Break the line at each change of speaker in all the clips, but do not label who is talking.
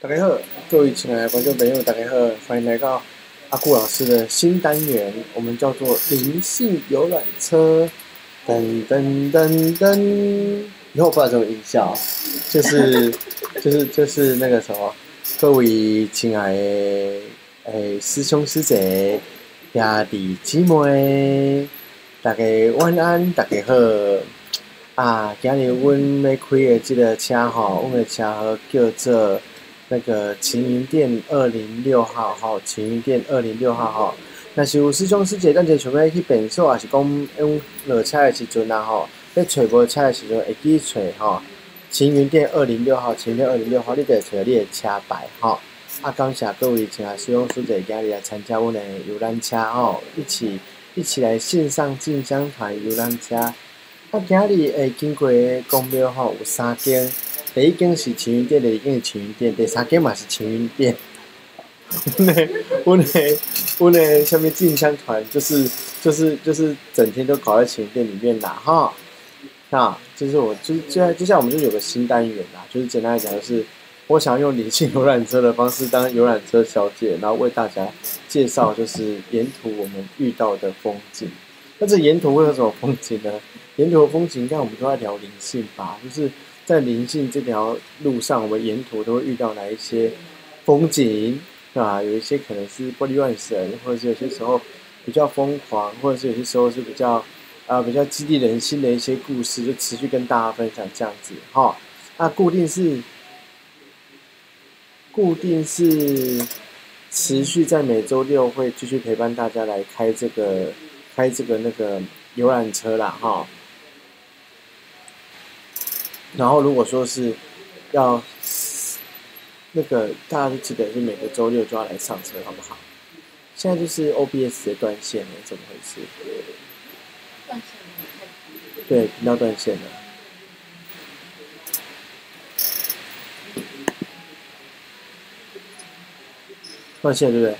大家好，各位亲爱的观众朋友，大家好，欢迎来到阿顾老师的新单元，我们叫做灵性游览车。噔噔噔噔，以后不要这种音效，就是 就是就是那个什么，各位亲爱的诶、师兄师姐、兄弟姊妹，大家晚安，大家好。啊，今日阮要开的这个车吼，阮的车号叫做。那个晴云店二零六号吼，晴云店二零六号吼。若是有师兄师姐，咱就想要去便所，也啊是讲用落车的时阵啊吼，要找无车的时阵会记找吼。晴云店二零六号，晴云店二零六号，你就会找到你的车牌吼。啊，感谢各位亲爱师兄师姐今日来参加阮的游览车吼，一起一起来线上进香团游览车。啊，今日会经过的公庙吼有三间。第一间是青云店，第二间是青云店，第三间嘛是青云店。 阮的阮的阮的什么进香团，就是就是就是整天都搞在青云店里面啦，哈。那就是我就是接下来接下来我们就有个新单元啦，就是简单来讲就是。我想用理性游览车的方式当游览车小姐，然后为大家介绍就是沿途我们遇到的风景。那这沿途会有什么风景呢？沿途的风景，应该我们都在聊灵性吧，就是在灵性这条路上，我们沿途都会遇到哪一些风景啊？有一些可能是玻璃乱神，或者是有些时候比较疯狂，或者是有些时候是比较啊、比较激励人心的一些故事，就持续跟大家分享这样子哈。那固定是固定是持续在每周六会继续陪伴大家来开这个开这个那个游览车啦哈。然后如果说是要那个大家就记得是每个周六就要来上车，好不好？现在就是 OBS 的断线了，怎么回事？
断线没开机
对，频道断线了。断线对不对？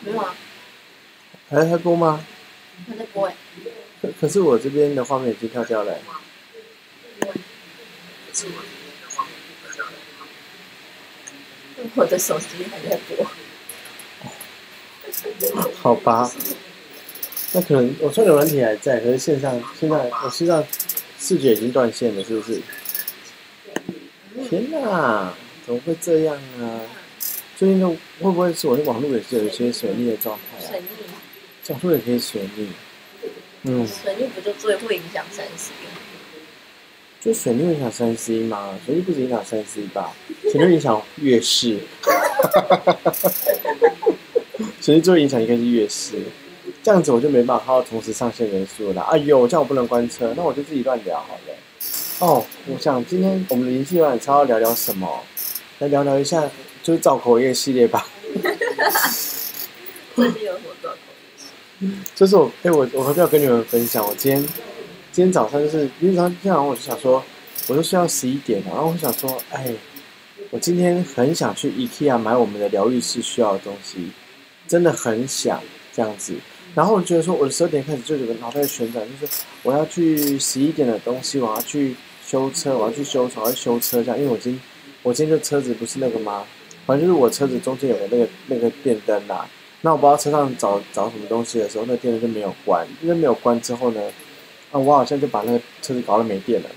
没有啊，
还还播吗？
他在播哎、
可可是我这边的画面已经跳掉了、
我的手机还在播。
好吧。那可能我串流软体还在，可是线上现在我线上视觉已经断线了，是不是？
嗯，
天哪，怎么会这样啊？最近都会不会是我的网络也是有一些水逆的状态啊
水？逆，
网络也可以水逆。嗯，
水逆不就最会影响三 C 吗？
就水逆会影响三 C 嘛，水逆不止影响三 C 吧，水逆会影响月事，水逆最后影响应该是月事，这样子我就没办法好好同时上线人数了啦。哎呦，这样我不能关车，那我就自己乱聊好了。哦，我想今天我们的灵啊性晚超要聊聊什么？来聊聊一下，就是造口业系列吧。
最近有什么状况？
就是我，哎、我我要不要跟你们分享？我今天今天早上就是今天早上，今天早上我就想说，我就睡到十一点了，然后我想说，哎，我今天很想去 IKEA 买我们的疗愈室需要的东西，真的很想这样子。然后我就觉得说，我的十二点开始就有个脑袋旋转，就是我要去十一点的东西，我要去修车，我要去修船，我要修车这样，因为我今我今天就车子不是那个吗？反正就是我车子中间有个那个那个电灯啦、那我不知道车上找找什么东西的时候，那电灯就没有关，因为没有关之后呢，啊，我好像就把那个车子搞到没电了，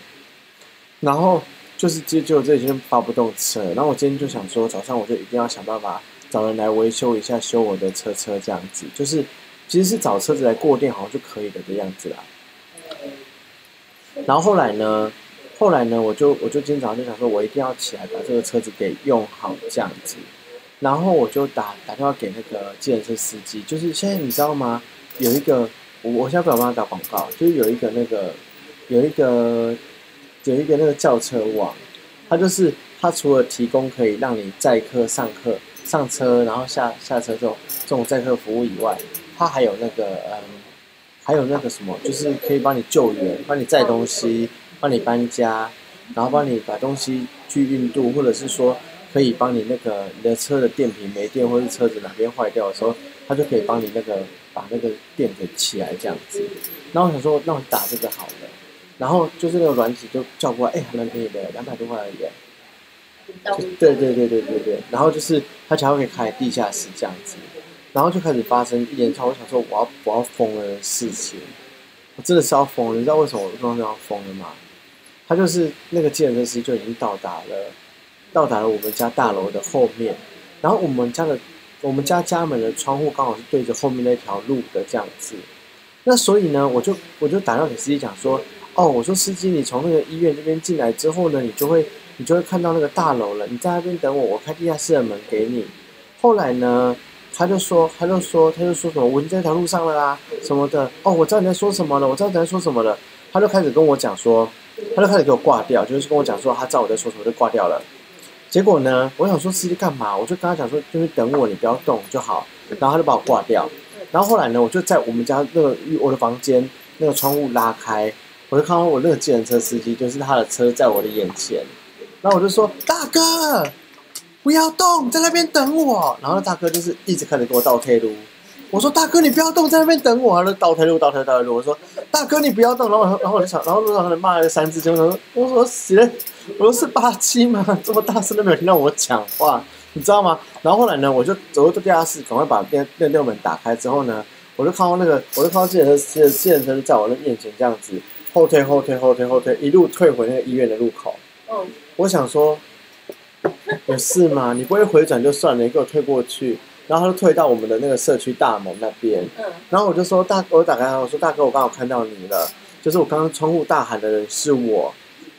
然后就是就就这几天发不动车，然后我今天就想说，早上我就一定要想办法找人来维修一下，修我的车车这样子，就是其实是找车子来过电好像就可以了的样子啦。然后后来呢，后来呢，我就我就今天早上就想说，我一定要起来把这个车子给用好这样子，然后我就打打电话给那个计程车司机，就是现在你知道吗？有一个我我现在不想帮他打广告，就是有一个那个有一个有一个那个轿车网，它就是它除了提供可以让你载客上课上车，然后下下车这种这种载客服务以外，它还有那个嗯，还有那个什么，就是可以帮你救援，帮你载东西，帮你搬家，然后帮你把东西去运度，或者是说可以帮你那个你的车的电瓶没电，或是车子哪边坏掉的时候，它就可以帮你那个把那个电给起来这样子。然后我想说，那我打这个好了。然后就是那个软体就叫过来，哎、还蛮便宜的，两百多块而已。
到
就对对对对对对，然后就是他才会可以开地下室这样子，然后就开始发生一连串我想说我要我要疯了的事情，我真的是要疯了，你知道为什么我刚刚要疯了吗？他就是那个计程车司机就已经到达了，到达了我们家大楼的后面，然后我们家的我们家家门的窗户刚好是对着后面那条路的这样子，那所以呢，我就我就打电话给司机讲说，哦，我说司机，你从那个医院这边进来之后呢，你就会你就会看到那个大楼了，你在那边等我，我开地下室的门给你。后来呢，他就说他就说他就说什么我已经在这条路上了啦什么的，哦，我知道你在说什么了，我知道你在说什么了。他就开始跟我讲说，他就开始给我挂掉，就是跟我讲说他知道我在说什么就挂掉了。结果呢，我想说司机干嘛？我就跟他讲说，就是等我，你不要动就好。然后他就把我挂掉。然后后来呢，我就在我们家那个我的房间那个窗户拉开，我就看到我那个计程车司机，就是他的车在我的眼前，然后我就说：“大哥，不要动，在那边等我。”然后大哥就是一直开始给我倒退路。我说：“大哥，你不要动，在那边等我。”他就倒退路，倒退路倒退路。我说：“大哥，你不要动。”然后我，然后我就想，然后路上人骂了三字经，我说：“我说谁？我说是八七吗？这么大声都没有听到我讲话，你知道吗？”然后后来呢，我就走到地下室，赶快把电电六门打开之后呢，我就看到那个，我就看到计程车司机的计程车就在我的面前这样子后退后退后退后退，一路退回那个医院的入口。
嗯，
我想说，有事吗？你不会回转就算了，你给我退过去。然后他就退到我们的那个社区大门那边，
嗯，
然后我就说大，我打开他我说大哥，我刚好看到你了，就是我刚刚窗户大喊的人是我。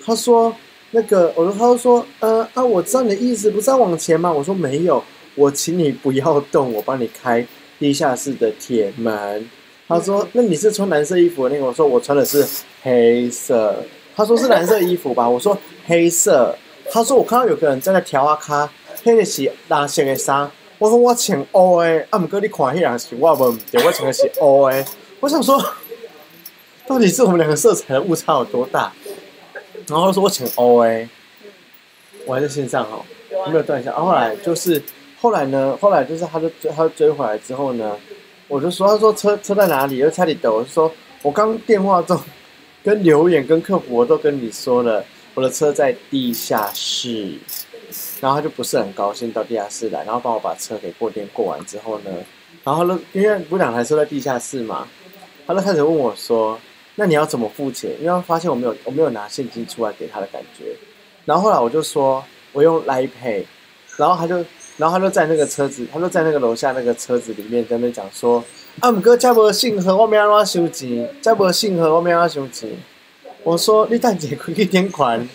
他说那个，我说他就说，呃啊，我知道你的意思，不是要往前吗？我说没有，我请你不要动，我帮你开地下室的铁门。他说：“那你是穿蓝色衣服的那个？”我说：“我穿的是黑色。”他说：“是蓝色衣服吧？”我说：“黑色。”他说：“我看到有个人在那调啊卡，那个是蓝色的衫。”我说：“我穿黑的，啊，不过你看那人是我问对，我穿的是黑的。”我想说，到底是我们两个色彩的误差有多大？然后他说：“我穿黑的。”我还在线上哦。
有啊
没有断线。然、后后来就是后来呢，后来就是他就追他就追回来之后呢，我就说他说车车在哪里，又差里的，我就说我刚电话中 跟留言跟客服我都跟你说了，我的车在地下室。然后他就不是很高兴到地下室来，然后帮我把车给过电过完之后呢，然后呢，因为不是两台车在地下室嘛，他就开始问我说：“那你要怎么付钱？”因为他发现我没有我没有拿现金出来给他的感觉。然后后来我就说我用 Line Pay，然后他就然后他就在那个车子，他就在那个楼下那个车子里面在那边讲说：“啊，姆哥，加无信号，我没安怎收钱？加无信号，我没安怎收钱？”我说：“你等一下开去点款。”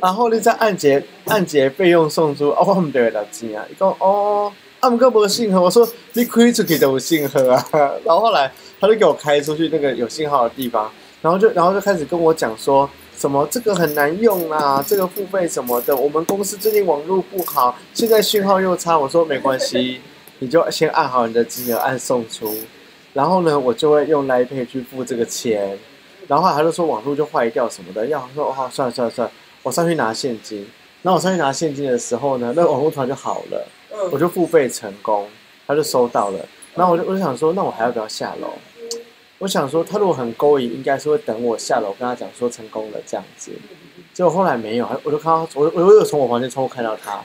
然后你再按揭按揭费用送出，哦，我毋就会拿钱啊。伊讲哦，啊，毋过无信号。我说你开出去就有信号啊。 然后后来他就给我开出去那个有信号的地方，然后就然后就开始跟我讲说什么这个很难用啊，这个付费什么的。我们公司最近网络不好，现在讯号又差。我说没关系， 你就先按好你的金额，按送出。然后呢，我就会用 Line Pay 去付这个钱。然后他就说网络就坏掉什么的，要我说哦好算了算了算了，我上去拿现金。然后我上去拿现金的时候呢，那个网络突然就好了，我
嗯，
就付费成功，他就收到了。然后我就我就想说，那我还要不要下楼？我想说，他如果很勾引，应该是会等我下楼跟他讲说成功了这样子。结果后来没有，我就看到我我我有从我房间窗户看到他，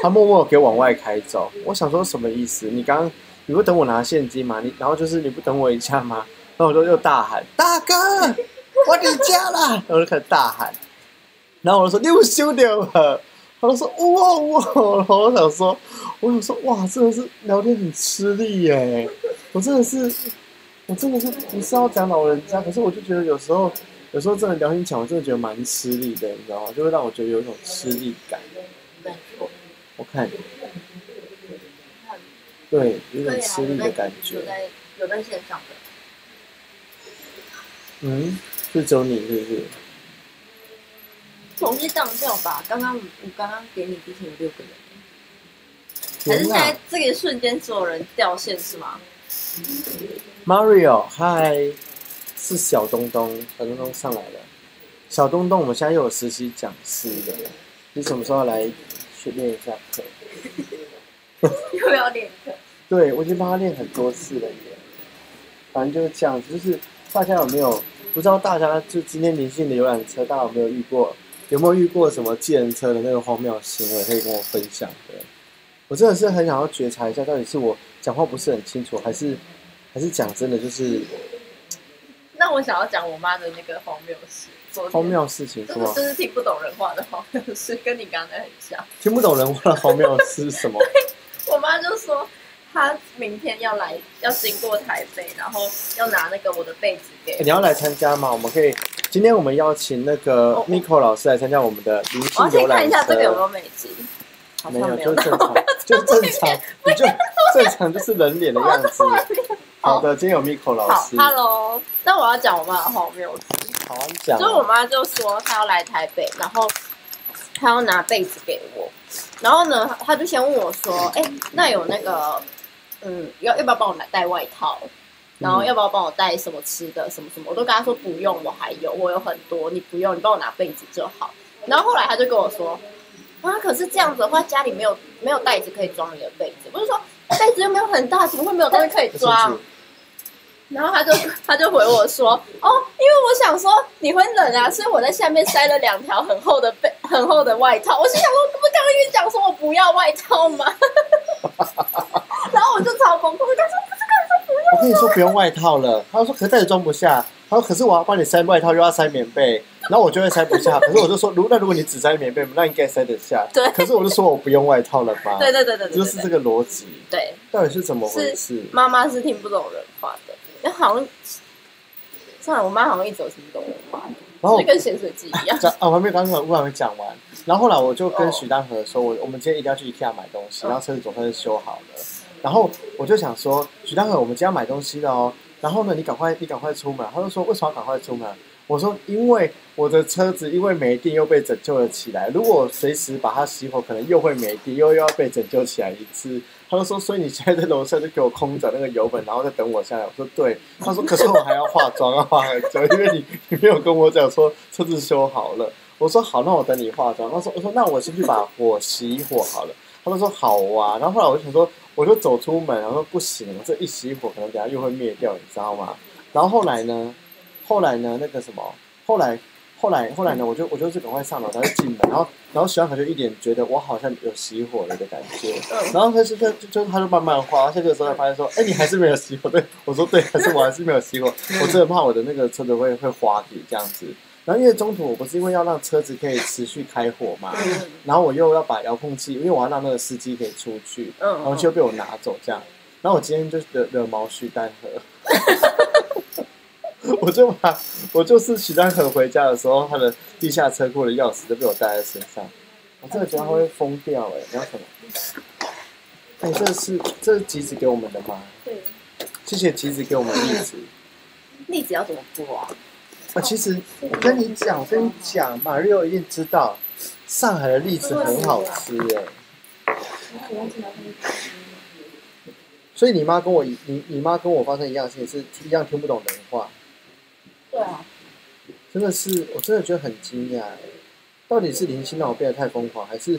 他默默地给我往外开走。我想说什么意思？你刚刚你不等我拿现金吗？你然后就是你不等我一下吗？然后我就又大喊：“大哥，我你家啦！”然后我就开始大喊，然后我就说：“你有收到吗？”他就说：“哇哇！”然后我想说，我想说，哇，真的是聊天很吃力耶！我真的是，我真的是不是要讲老人家，可是我就觉得有时候，有时候真的聊天起来，我真的觉得蛮吃力的，你知道吗？就会让我觉得有一种吃力感。
没错，
我看，对，有一种
对啊，
吃力的感觉
有。在有在线上的，
嗯，是只有你是不是？
重新当掉吧。刚刚我刚刚给你之前有六个人，还
天
是现
哪
在这个瞬间所有人掉线是吗？
，Mario，嗨，是小东东，小东东上来了。小东东，我们现在又有实习讲师了，你什么时候来去练一下课？
又要练课，
对，我已经帮他练很多次了耶。反正就是这样子，就是大家有没有不知道大家就今天灵性的游览车，大家有没有遇过？有没有遇过什么计程车的那个荒谬行为可以跟我分享的？我真的是很想要觉察一下，到底是我讲话不是很清楚，还是还是讲真的就是
那我想要讲我妈的那个荒谬事，昨天
荒，谬事情是
就是
吗？
就是听不懂人话的荒谬事，跟你刚刚那很像。
听不懂人话的荒谬是什么？
我妈就说她明天要来，要经过台北，然后要拿那个我的被子给
欸你要来参加吗？我们可以，今天我们邀请那个
哦
Miko 老师来参加我们的灵
我。我要
性游
先
览车。
看一下这个有没有美肌，好
没
像
有，
没
就
有。
是 正常，就正常，你就正常就是人脸的样子。好的，今天有 Miko 老
好
师，
，Hello，那我要讲我妈的荒谬事。
好，你讲啊
所以我妈就说她要来台北，然后她要拿被子给我，然后呢，她就先问我说：“哎、那有那个，嗯，要要不要帮我拿带外套？然后
嗯
要不要帮我带什么吃的，什么什么？”我都跟她说不用，我还有，我有很多，你不用，你帮我拿被子就好。然后后来她就跟我说：“啊，可是这样子的话，家里没有没有袋子可以装你的被子。”我就说：“被子又没有很大，怎么会没有东西可以
不是
装？”然后他就 他就回我说，哦，因为我想说你会冷啊，所以我在下面塞了两条很厚的被很厚的外套。我心想说，我不是刚刚跟你讲说我不要外套吗？ 然后我就超崩溃，我就说不是
我跟你说不用外套了，他说可是袋子装不下，他说可是我要帮你塞外套，又要塞棉被，然后我就会塞不下，可是我就说如那如果你只塞棉被，那应该塞得下，
对
可是我就说我不用外套了吧，
对对对对对对，
就是这个逻辑，
对
到底是怎么回事？
妈妈是听不懂人话的，因为好像算了，我妈好像一直有听不懂人话，
然后
就跟咸水鸡 一样。
讲啊，我还没刚刚我还没讲完。然后后来我就跟许丹和说，我我们今天一定要去 IKEA 买东西，
嗯
然后车子总算是修好了。然后我就想说，许丹和，我们今天要买东西的哦。然后呢，你赶快你赶快出门。他就说为什么要赶快出门？我说因为我的车子因为没电又被拯救了起来，如果我随时把它熄火，可能又会没电，又又要被拯救起来一次。他就说，所以你现在在楼下就给我空着那个油本，然后再等我下来。我说对。他说，可是我还要化妆，要化很久，因为你你没有跟我讲说车子修好了。我说好，那我等你化妆。他说，我说那我先去把火熄火好了。他们说好啊，然后后来我就想说，我就走出门，然后说不行，我这一熄火，可能等下又会灭掉，你知道吗？然后后来呢，后来呢，那个什么，后来后来后来呢，我就我就是赶快上楼，然后进门，然后然后徐安可就一脸觉得我好像有熄火了的感觉，然后他就他就就他就慢慢画，下去的时候才发现说，哎，你还是没有熄火，对我说对，可是我还是没有熄火，我真的怕我的那个车子会会滑底这样子。然后因为中途我不是因为要让车子可以持续开火嘛，
嗯
然后我又要把遥控器，因为我要让那个司机可以出去，然后
嗯，
就被我拿走这样。然后我今天就惹惹毛许丹和， 我就把我就是许丹和回家的时候，他的地下车库的钥匙都被我带在身上，我真的觉得他会疯掉哎、你要什么？哎、这是这是橘子给我们的吗？
对，
谢谢橘子给我们的例子。
栗子要怎么做啊？
啊，其实我跟你讲，我跟你讲，马六一定知道，上海的栗子很好吃哎、所以你妈跟我一你你妈跟我发生一样的事情，是一样听不懂人话，
对啊，
真的是我真的觉得很惊讶欸，到底是林夕让我变得太疯狂，还是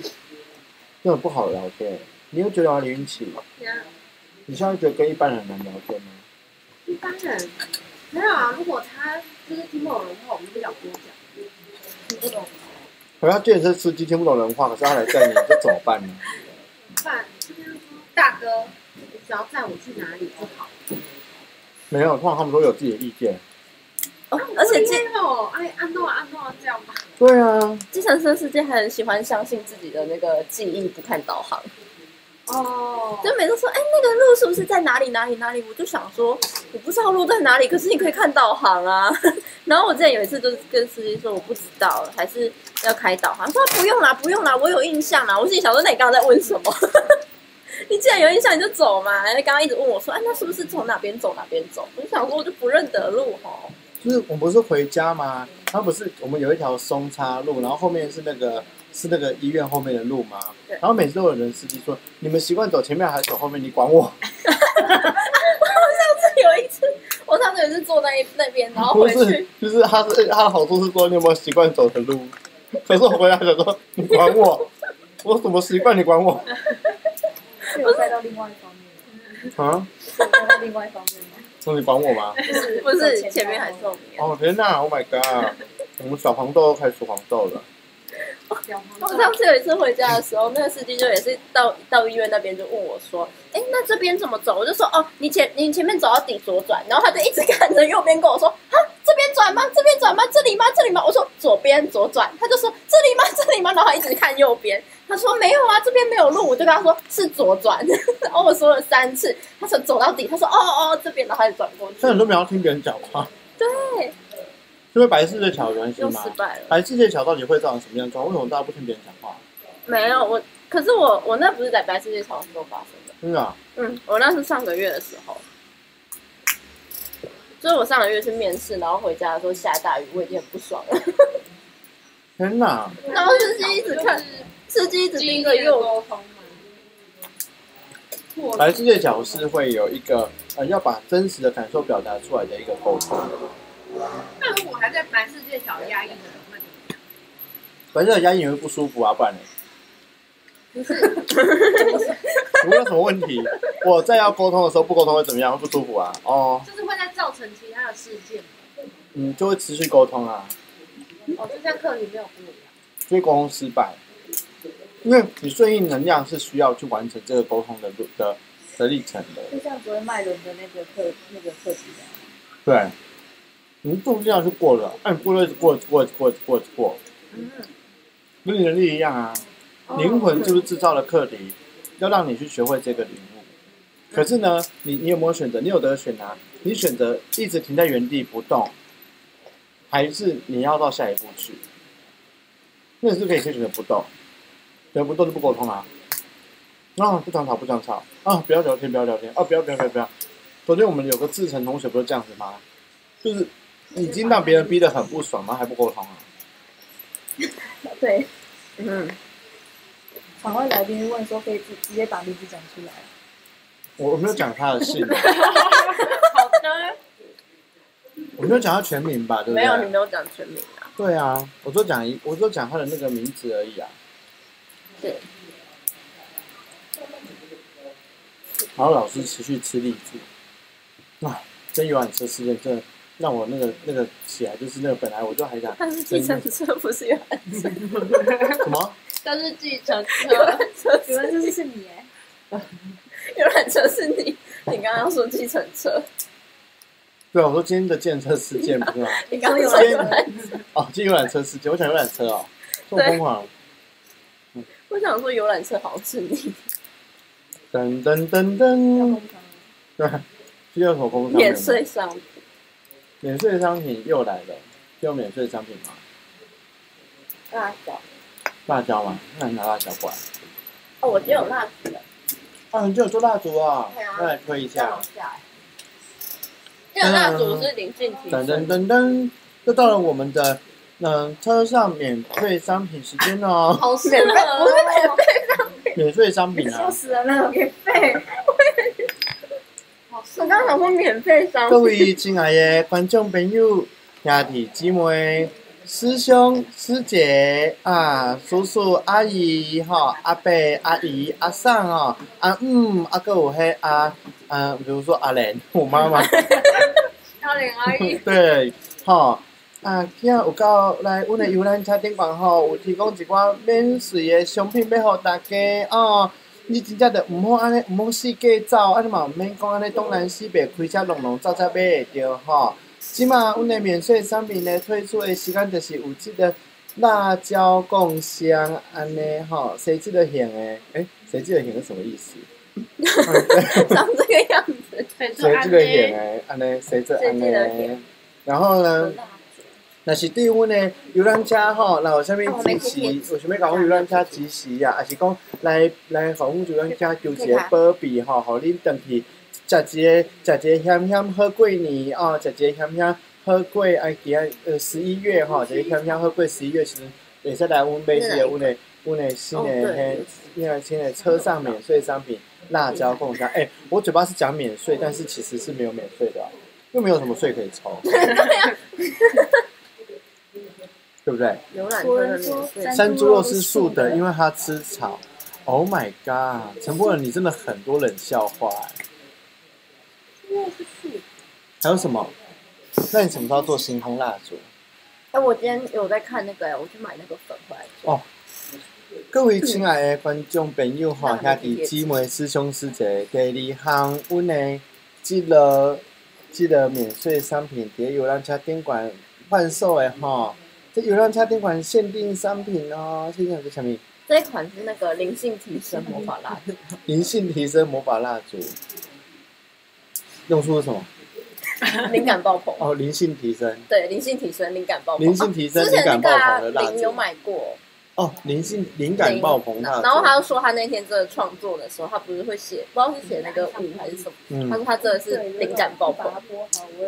那种不好的聊天？你有觉得啊，林云起，你现在觉得跟一般人很难聊天吗？
一般人没有啊，如果他就是听不懂的话，我们就想多讲。
听不懂。
可是他健身司机听不懂人话，可是他来载你，这怎么办呢？
不然就跟他说：“大哥，你只要载我去哪里就好。
没有，通常他们都有自己的意见。
哦而且这
今天哦，哎，安诺安诺这样吧，
对啊，
计程车司机还很喜欢相信自己的那个记忆，不看导航，
哦，
就每次说，哎、那个路是不是在哪里哪里哪里？我就想说，我不知道路在哪里，可是你可以看导航啊。 然后我之前有一次就是跟司机说我不知道，还是要开导航，他说啊不用啦，不用啦，我有印象啦。我心里想说，那你刚刚在问什么？ 你既然有印象，你就走嘛。然后刚刚一直问我说，哎、那是不是从哪边走哪边走？我就想说，我就不认得路哦吼。
就是我们不是回家吗？然后不是我们有一条松叉路，然后后面是那个是那个医院后面的路吗？
对
然后每次都有人司机说，你们习惯走前面还是走后面？你管我？
有一次，我上次也是坐那一那边，然后
不
回去
是，就是他是他的好处是说你有没有习惯走的路？可是我回来想说，你管我？我怎么习惯你管我
是有带到另外一方面吗，
啊？
是有带到另外一方面吗？
送你管我吗？
是
不是前面还是后面？
哦天哪，Oh my god！我们小黄豆开始黄豆了，
两
我
方
上次有一次回家的时候，那个司机就也是到到医院那边就问我说：“哎、那这边怎么走？”我就说：“哦，你前你前面走到底左转。”然后他就一直看着右边跟我说：“啊，这边转吗？这边转吗？这里吗？这里吗？”我说：“左边左转。”他就说：“这里吗？这里吗？”然后他一直看右边。他说：“没有啊，这边没有路。”我就跟他说：“是左转。”然后我说了三次，他说走到底，他说：“哦哦，这边。”然后他就转过去
但，你都没有听别人讲话。
对，
因为白世界桥有关系
又
吗
失？败了。
白世界桥到底会造成什么样的状况？为什么大家不听别人讲话？
没有我，可是我我那不是在白世界桥的时候发生的。
真的啊、
嗯，我那是上个月的时候，就是我上个月去面试，然后回家的时候下大雨，我已经很不爽 了。
天哪！
然后就是一直看，司机一直盯着右，
沟通嘛。
白世界桥是会有一个呃，要把真实的感受表达出来的一个沟通。
那如果还在白世界小压抑的人会怎么样？
白世界压抑你会不舒服啊，不然呢？
不是，
你问了什么问题？我在要沟通的时候不沟通会怎么样？会不舒服啊？哦，
就是会在造成其他的事件。
你就会持续沟通啊，
哦，就像课题没有不一样。
所以沟通失败。因为你顺应能量是需要去完成这个沟通的路的的历程的，
就像昨天麦伦的那个课那个课题啊，
对。你度量是过了，按、你过了过过过过过，
嗯，
跟你能力一样啊。灵魂就是制造了课题，要让你去学会这个领悟。可是呢，你你有没有选择？你有得选啊！你选择一直停在原地不动，还是你要到下一步去？那你是可以可以选择不动，选择不动就不沟通啊。啊，不想吵，不想吵啊！不要聊天，不要聊天啊！不要不要不要不要！昨天我们有个志成同学不是这样子吗？就是已经让别人逼得很不爽，然后还不沟通啊！
对，嗯，
场外来宾问说可以直直接把名字讲出来，
我我没有讲他的 姓，
好的，
我没有讲他全名吧？对不对？
没有，你没有讲全名啊，
对啊，我就讲一，我就讲他的那个名字而已啊。
对。
然后老师持续吃荔枝，啊，真游览车事件真的让我那个那个起来，就是那个本来我就还 想
但是计程车不是有
什么，
但是计程
游
车
览 车，
有人就是是你哎，
游览车是你，你刚刚说计程车，
对啊，我说今天的建车事件不是 吗？
你刚刚说
今
游览
天哦，今天游览车事件，我想游览车哦，这么
对
疯狂。
我想说游览车好像是你，
噔噔噔噔，
要工厂
对，需要什么工商？
免税商品，
免税商品又来了，又免税商品吗？
辣椒，
辣椒吗？那你拿辣椒过来。
哦，我今天有辣椒，
啊，你就有做蜡烛啊
对啊？
那来推一下
往。下，
今天有蜡烛是林俊提
噔
升
噔噔噔，又到了我们的嗯车上免税商品时间哦，
好适
免费
合，
不是免费，
免税商品啊
笑！死人了，免费，
好适
我刚刚想
合。
说免费商
各
品，
位亲爱的观众朋友、兄弟姊妹、师兄、师姐啊、叔叔、阿姨哈、阿伯、阿姨、阿婶哦、阿姆、阿哥有嘿阿嗯，比如说阿莲，我妈妈。
幺零二一，
对，吼、啊，今仔有到来阮的游览车顶馆吼，有提供一寡免税的商品要互大家哦。你真正着毋好安尼，毋好四界走，安尼嘛毋免讲安尼东南西北开车弄弄走才买会着吼。即马阮的免税商品咧推出的时间，就是有即个辣椒共享安尼吼，谁即个型的？诶，谁即个型是什么意思？
长这个样子，
谁
谁即个型的？安尼谁即安
谁这个
尼
型？
然后呢？若是对阮的游览车吼，若有啥
哦
物
没
支
听
持，有
见
啥物甲阮游览车支持啊，还是讲来来互阮游览车求一个保庇吼，互恁转去食一个食一个香香好过年哦，食一个香香好过啊，今仔呃十一月吼，食一个香香好过十一月时阵，会使来阮买
啊
即个阮的阮的新
哦，
的
对
迄，那个新的车上免税商品辣椒共享。哎，我嘴巴是讲免税，但是其实是没有免税的啊，又没有什么税可以抽，对不对？
浏览
国
车的
人
免
说
税，
山猪肉是素
山猪肉是素
的，
的
因为它吃草。Oh my god！陈柏仁，你真的很多冷笑话、欸。
肉是素，
还有什么？那你什么时候做星空蜡烛？
哎，我今天有在看那个，哎我去买那个粉回来做。
各位亲爱的观众朋友吼，兄弟姊妹、师兄师姐，第二项阮的即个即个免税商品，伫游览车顶馆贩售的吼，这游览车顶馆限定商品哦，限定是啥物？
这一款是那个灵性提升魔法蜡烛，
银杏提升魔法蜡烛，用处是什么？
灵感爆棚。
哦，灵性提升
对，灵性提升，灵感爆棚。
灵性提升
啊之前那个啊
灵感爆棚的蜡烛
灵有买过，
哦，灵性灵感爆棚蜡烛。
然后他又说他那天真的创作的时候，他不是会写，不知道是写那个五还是什么，
嗯，
他说他真的是灵感爆棚，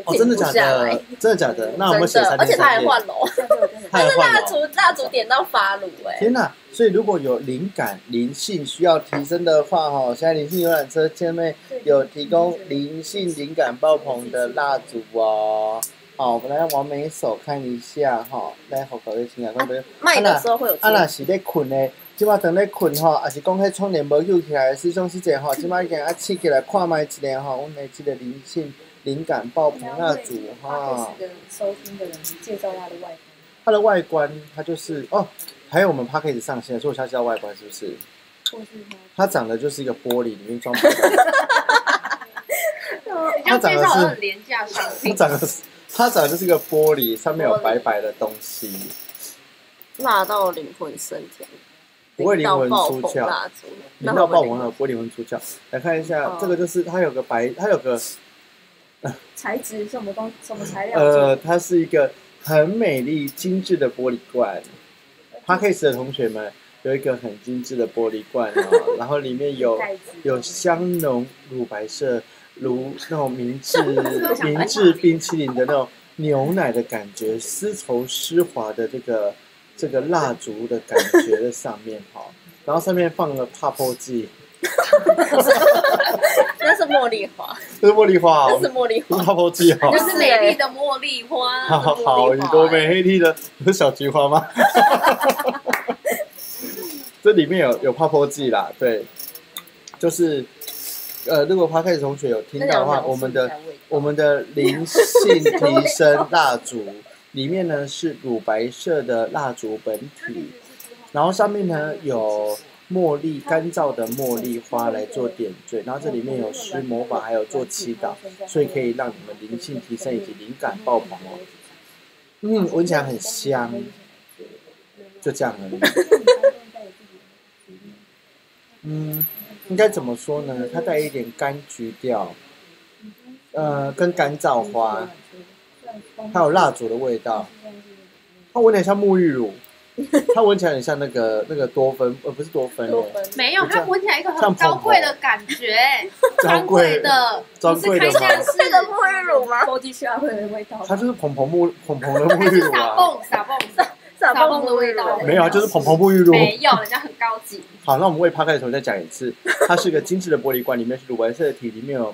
哦，真的假
停不下
的
来？
真的假的？那我们写
真的
三，
而
天
且他还
三夜。
换楼，
他还
但是
换
蜡
了哦
烛蜡烛点到发炉哎，
天呐、所以如果有灵感、灵性需要提升的话，哈，现在灵性游览车前面有提供灵性灵感爆棚的蜡烛哦。好，我们来往每一手看一下哈，来好搞一清啊，看不？
卖的时候会有
啊，若是咧困的，即马等咧困吼，也是讲迄窗帘无揪起来的师兄师姐吼，即马已经啊试起来看卖一下吼，阮的即个灵性灵感爆棚蜡烛哈，
收听的人介绍他的外
它的外观它就是哦，还有我们 p a c k a g e 上线，所以我现在知道外观是不是？
观，或是他
它长得就是一个玻璃，里面装玻璃。
你这样介绍很廉价商
它
品，
长得是，它长得就是一个玻璃，上面有白白的东西。
蜡到灵魂升天，
不会灵
到
魂
爆
出
棚
窍，
蜡烛，
零到爆
然后我
棚
们
了，玻璃魂出窍。来看一下
哦，
这个就是它有个白，它有个
材质什么东什么材料
呃，它是一个很美丽精致的玻璃罐。p a c k a g e 的同学们有一个很精致的玻璃罐哦，然后里面 有
盖子
有香浓乳白色，如那种明治明治冰淇淋的那种牛奶的感觉，丝绸丝滑的这个这个蜡烛的感觉在上面哈，然后上面放了泡泡剂，
那是茉莉花，
这是茉莉花
那
哦
是，茉莉
不
花
是，泡泡剂哦
就。是美丽的茉莉花，
好好好，你多美黑丽的，不是小菊花吗？ 这里面有有泡泡剂啦，对，就是呃，如果花开的同学有听
那
到的
两个
话，
人
我们的
是在味道
我们的灵性提升蜡烛，里面呢是乳白色的蜡烛本体，然后上面呢有茉莉干燥的茉莉花来做点缀，然后这里面有施魔法，还有做祈祷，，所以可以让你们灵性提升以及灵感爆棚哦。。嗯，闻起来很香， 就这样而已。嗯，应该怎么说呢？它带一点柑橘调，呃，跟干燥花，，啊还有蜡烛的味道。它闻起来像沐浴乳， 它闻起来很像那个那个多酚，呃，不是多酚、
多
欸，
分
没有，它闻起来一个很高贵的感觉，
专
专
柜
柜，的，
专
不
柜
是
的
开
吗？
架式
那个沐浴乳 吗？
国际需啊要会的味道，
它就是蓬蓬沐蓬蓬的沐浴
是
乳
撒
啊，
蹦撒蹦撒，
撒
蹦的味道
没有啊，就是蓬蓬沐浴乳。
没有，人家很高级，
好，那我们为趴开的时候再讲一 次，它是一个精致的玻璃罐，里面是乳白色的体，里面有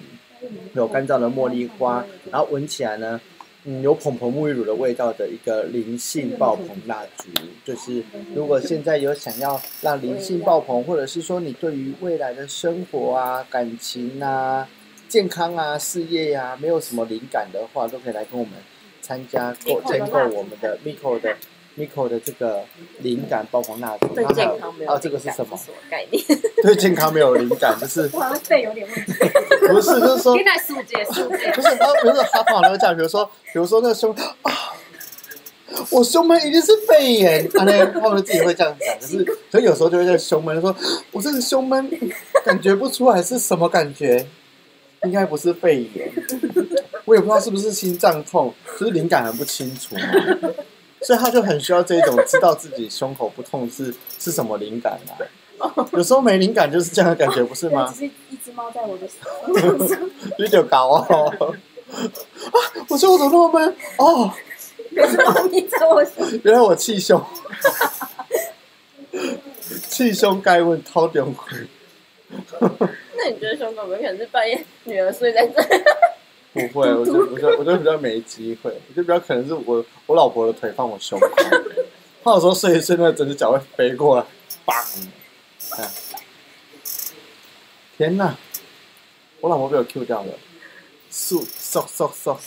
有干燥的茉莉花，然后闻起来呢，嗯，有蓬蓬沐浴乳的味道的一个灵性爆棚蜡烛。就是如果现在有想要让灵性爆棚，或者是说你对于未来的生活啊、感情啊、健康啊、事业呀、没有什么灵感的话，都可以来跟我们参加购
的
建
蜡烛
购我们的 Miko 的 Miko 的这个灵感爆棚蜡烛。
对
它还有
健康没有
哦，这个是
敏感
什么？
什么概念？
对健康没有灵感，就是
我好像肺有点问题，
不是就是说
现在素姐素姐，
不是，他不是他放那个假，比如说，比如说那个胸啊，我胸闷一定是肺炎，啊，那他们自己会这样讲，可是，所以有时候就会在胸闷，说我这个胸闷感觉不出来是什么感觉，应该不是肺炎，我也不知道是不是心脏痛，就是灵感很不清楚嘛，所以他就很需要这种知道自己胸口不痛是是什么灵感啊。有时候没灵感就是这样的感觉，不是吗
只？是一只猫在我的手，
有点高哦。啊！我说我怎么那么闷？哦，
可是猫咪在我手，
原来我气胸， 气胸该问掏点亏，
那你觉得熊狗有可能是半夜女儿睡在这里？
不会，我就我就我就比较没机会，我就比较可能是我我老婆的腿放我胸口，她有时候睡一睡，那个整只脚会飞过来，砰！哎天哪，我老婆被我 Q 掉了，速嗖嗖嗖，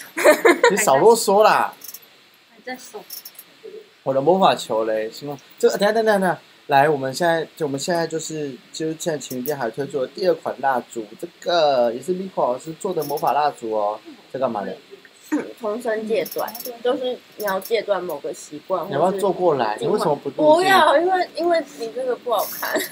你少啰嗦啦！
还在手，
我的魔法球嘞，希望这个等一下等一下等一下，来，我们现在就我们现在就是就是现在情侣店还推出了第二款蜡烛，这个也是 Miko 老师做的魔法蜡烛哦，这干嘛
嗯
的？
重生戒断， 就是你要戒断某个习惯，
你要不
或
要
是
坐过来？你为什么不
不
录进？
要，因为因为你这个不好看，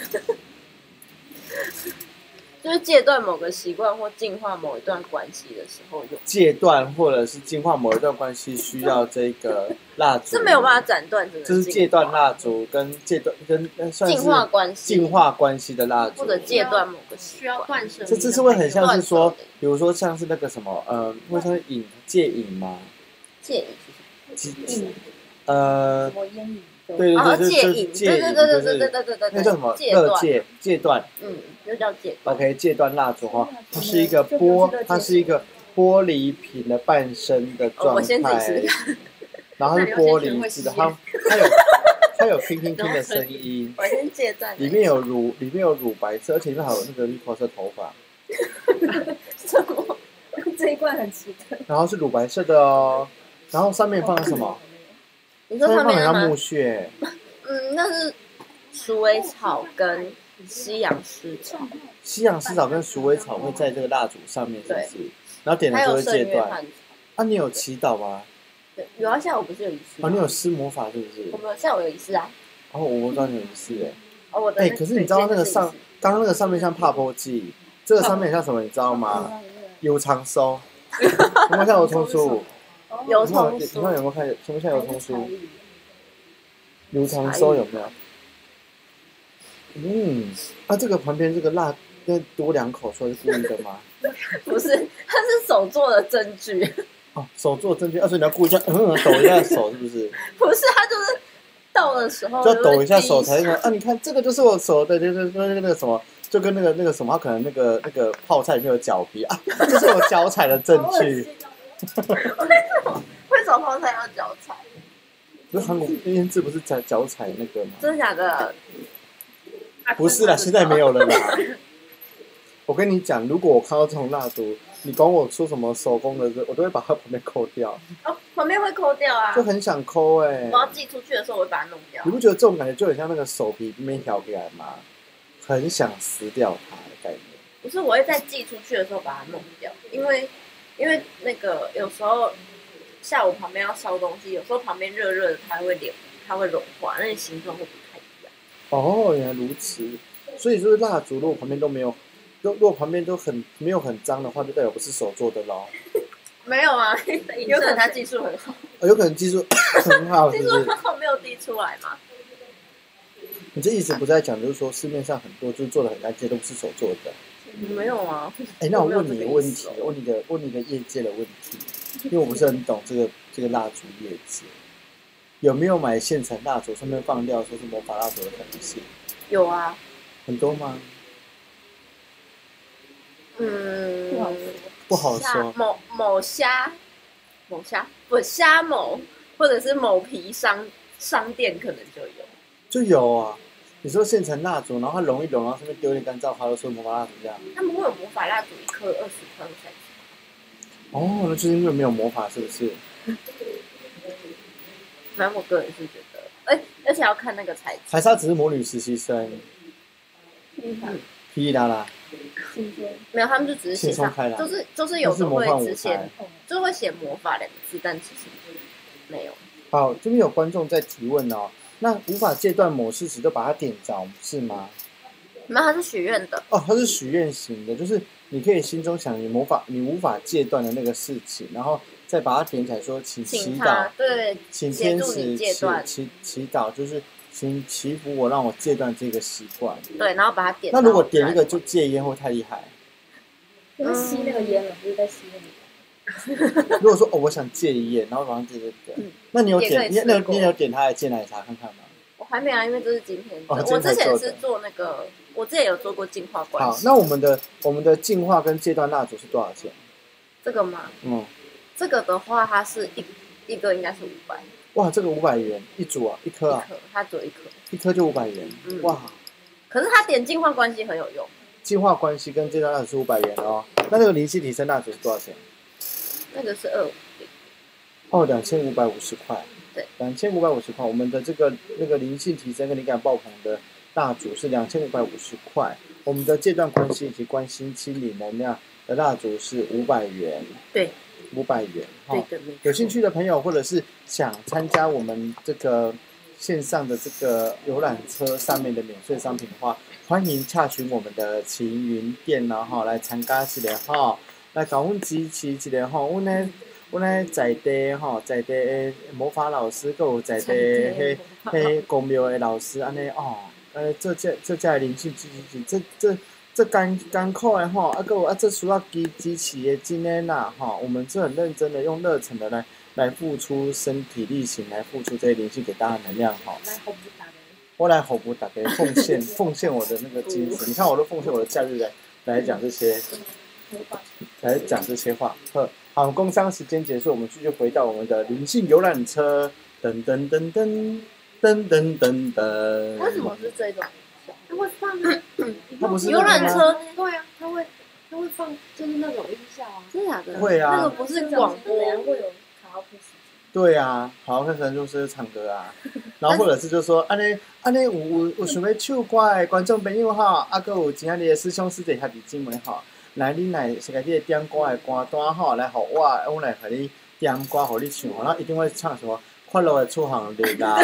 就是戒断某个习惯或净化某一段关系的时候用，
戒断或者是净化某一段关系需要这个蜡烛，
是没有办法斩断，只能
这是戒断蜡烛跟戒断跟呃算是
净化关系，
净化关系的蜡烛，
或者戒断某个习
需要
惯。
断舍离。
这这是会很像是说
断手的，
比如说像是那个什么，呃，会像是瘾戒瘾嘛，
戒瘾，
戒呃
什，么烟瘾的，
对对
哦，
对，就
戒
就
瘾，
戒
对
瘾，就
对对对
是
对对对对
那
对，
叫什么
戒
乐
断，
戒戒断
嗯，就叫戒断。
，OK，戒断蜡烛
哦
哈，它是一个玻，它是一个玻璃瓶的半身的
哦
状
我先自己
态
试，
然后它是玻璃制的，它它有它有乒乒乒的声音，
我先戒断。
里面有乳里面有乳白色，而且里面还有那个绿黄色头发，
什么？
这一罐很奇特，
然后是乳白色的哦，然后上面放了什么？
你说
上面放
上
了
面那
像
吗
木？屑。
嗯，那是鼠尾草跟西洋薰草，
西洋丝草跟鼠尾草会在这个蜡烛上面，是不是？然后点
还
了就
有
会戒
圣约
断。
翰。
啊，你有祈祷吗？
对，有啊，下午不是有仪
啊，
式吗？
你有施魔法是不是
我？们下午有仪式啊。
哦，我不知道你有施哎。
哦，我的
哎
那个
可是你知道那个
水晶
上
就是仪式
刚刚那个上面像帕波记，这个上面像什么？你知道
嗯
吗？油长收。有没有看油葱酥？
油
你看哦有
葱
你看
酥，哎
有没有看？什么像油葱酥？油长收有没有？嗯，啊，这个旁边这个蜡要多两口，所以是故意的 吗？
不是，它是手做的针具，
哦，手做证据，啊，所以你要顾一下，嗯，抖一下手是不 是？
不是，它就是到的时候
就要
就
抖
会
一下
滴
手才能啊！你看这个就是我手的，就是那个那个什么，就跟那个那个什么，他可能那个那个泡菜里面有脚皮啊，这是我脚踩的
啊
证
哦
据。
会手泡才要脚踩，
不是韩国腌制不是脚脚踩那个吗？
真的假的？
不是哦啦，现在没有了 啦。我跟你讲，如果我看到这种蜡烛，你管我说什么手工的，我都会把它旁边抠掉，
哦，旁边会抠掉啊
就。很想抠哎、
我要寄出去的时候，我会把它弄掉
你。不觉得这种感觉就很像那个手皮面挑起来吗？很想撕掉它的感觉。
不是，我会在寄出去的时候把它弄掉，因为因为那个有时候下午旁边要烧东西，有时候旁边热热的，它会裂，它会融化，那个形状会不太一样。
哦，原来如此。所以就是蜡烛，如果旁边都没有，如如果旁边都很没有很脏的话，就代表不是手做的喽。
没有啊，有可能它技术很好，
呃有可能技术 很好，
技
是不
术
是？
很好没有滴出来嘛。
你这一
啊
直不在讲，就是说市面上很多就是做的很干净，都不是手做的。
没有啊，
哎，那我
我没有
问你一个
这个
问
意
题
思哦，
问你个问你个业界的问题，因为我不是很懂这个这个蜡烛业界，有没有买现成蜡烛上面放料说是魔法蜡烛的可能性
有啊，
很多吗？
嗯，
不好
不好
虾
说。
某某虾，某虾不虾某，或者是某皮商商店可能就有。
就有啊。你说现成蜡烛，然后它融一融，然后上面丢一点干燥花，又说魔法蜡烛这样。
他们会有魔法蜡烛，一颗二十块或三十。
哦，那就是因为没有魔法，是不是？
反正我个人是觉得，而而且要看那个材质。
还是它只是魔女实习生？噼里啦啦，
没有，他们就只是写
轻松开
上，
朗
就是就是
就
有
是
时候
魔幻
会
舞
只写
台。，
就会写魔法两个字，但其实没有。
好，这边有观众在提问哦。那无法戒断某事时就把它点着，是吗？
没有，它是许愿的，
哦，它是许愿型的，就是你可以心中想你魔法你无法戒断的那个事情，然后再把它点起来说，请祈
请
祷
他，对
请
协
天
助
使
你戒
祈
断
祈祈祷，就是请祈福我，让我戒断这个习惯。
对，然后把它点到
那
自然。
如果点一个就戒烟，会太厉害。
就是吸那个烟了，不是在吸那个。
如果说哦，我想戒烟，然后马上戒这个，
嗯
那你有
也可
点
以
你
试
那
过
你有点他来戒奶茶看看吗？
我还没啊，因为这是今天的。
哦今
我
天才做的
之前是做那个，我之前有做过净化关
好，
系，
那我们的我们的净化跟戒断蜡烛是多少钱？
这个吗？
嗯，
这个的话，它是一一个应该是五百
哇，这个五百元一组啊，一颗
一
啊，
颗，它只有一颗。
一颗就五百元，
嗯
哇，
可是它点净化关系很有用，
净化关系跟戒断蜡烛是五百元哦。那那个灵气提升蜡烛是多少钱？
那个是二五零，
哦，两千五百五十块，
对，
两千五百五十块。我们的这个那个灵性提升跟灵感爆棚的蜡烛是两千五百五十块，我们的戒断关系以及关心清理能量的蜡烛是五百元，
对，
五百元。哦
对
哈，
的，没错
有兴趣的朋友或者是想参加我们这个线上的这个游览车上面的免税商品的话，欢迎洽询我们的晴云店然后来参加一下哈，来搞阮支持一下吼，阮呢。阮咧在地吼，在地的魔法老师，佮有在地迄迄公庙的老师，安尼哦，呃，做这做这的灵性支持，这这这艰艰苦的吼，啊，佮有啊，这需要支支持的真的啦吼，我们是很认真的，用热忱的来来付出身体力行，来付出这些灵性给大家的能量吼。
来红不打的，
我来吼不打给奉献奉献我的那个精神，你看我都奉献我的假日来来讲这些来讲这些话。呵，好，我们工商时间结束，我们继续回到我们的灵性游览车，噔噔噔噔噔噔噔噔。
为什么是这种？
它会放啊，
它不是
游览车
对啊，它会它会放，就是那种音效啊。
真的假的？
会啊
那个不是广播，
会有卡拉 OK 时间
对啊，好，可能就是唱歌啊，然后或者是就说，啊安尼安尼有有有想要唱歌的观众朋友哈，啊，搁有今仔日的师兄师弟兄弟姊妹哈，来你来是家你的点歌的歌单吼，来互我，我来互你点歌，互你唱，然后一定会唱什么快乐的出行日啦，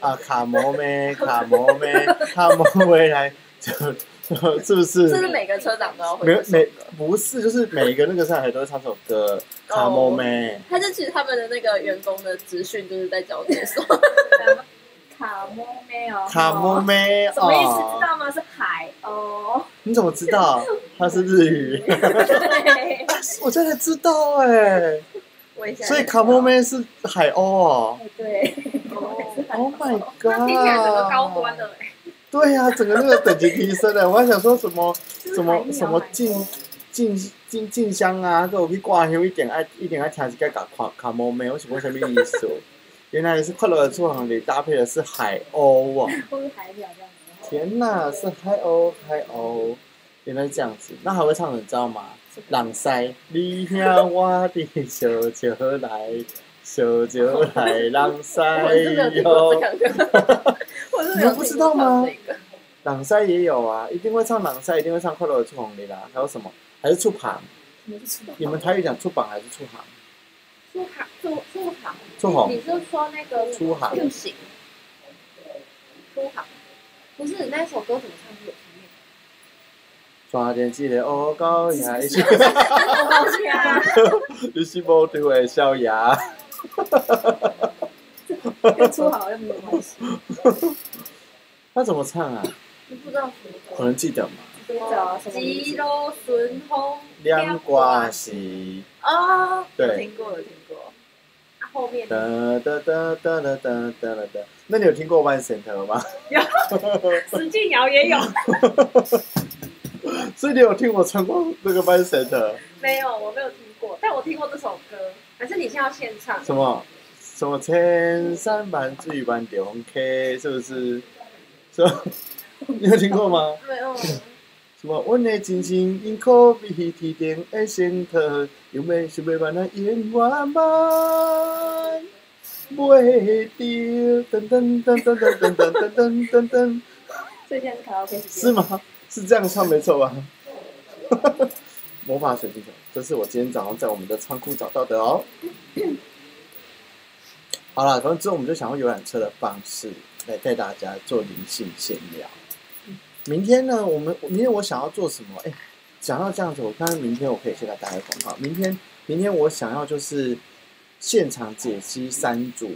啊，卡摩咩卡摩咩卡摩回来，就是不是？
这是每个车长都要会
每
这首
每
歌。
不是，就是每一个那个上海都会唱这首歌，卡摩咩。
他是其实他们的那个员工的职训就是在教这首，
卡莫妹哦，
卡莫妹
什么意思？
哦
知道吗？是海哦。
你怎么知道它是日语？
对，
我真的知道哎，
我也 想
所以卡莫妹是海鸥哦。
对，
哦，
Oh my
那
god！
听起来整个高端的。哎。
对呀、整个 那个等级提升了。我还想说什么
就是
什
海
么
鸟
什么
海
进
鸥
进进进香啊，跟我去挂香一点爱一点爱听一个卡卡卡莫妹，我想问什么意思？原来是快乐的出行里搭配的是海鸥哦。
或是海鸟这样子。
天呐，是嗨哦嗨哦，原来这样子，那还会唱的你知道吗？朗塞，你听我的小酒来，小酒来，朗塞
我是没有听过
哟。
这两个， 我是
哎
没有
你们不知
听
道
过
吗
唱这个。
朗塞也有啊，一定会唱朗塞，一定会唱快乐的出红的啦，还有什么？还是出旁？你们台语讲出榜还是出行？
出行出出行，
出红
你是说那个
出行
就行？出行，不是那首歌怎么唱？有前面
抓点记得哦，高牙，一 是
抱歉啊，
一是无对的小牙。
跟出好又没有关系，
他怎么唱啊？
你不知道什么歌？
可能记得嘛。
这个什么意
肌
思？
肉顺风，
两瓜是。
哦，
对
有听过有听过，
啊后面
哒哒哒哒哒哒哒哒哒。那你有听过 One Center 吗？
石俊瑶也有，
所以你有听我唱过那个 One Center
没有我没有听过，但我听过这首歌。还是你现在要现唱？
什么什么千山万水万重溪，是不是？什么？ 你有听过吗？
没有，
什么？阮的真心因可比天顶的仙桃，有要想要挽咱永远慢。袂到，噔噔噔噔噔噔噔噔噔噔噔，
所以现在是卡拉 OK 时间。
是吗？是这样唱没错吧？ 魔法水晶球，这是我今天早上在我们的仓库找到的 哦。好了，反正之后我们就想用游览车的方式来带大家做灵性闲聊。明天呢，我们明天我想要做什么？哎、讲到这样子，我看明天我可以先来打个广告。明天，明天我想要就是现场解析三组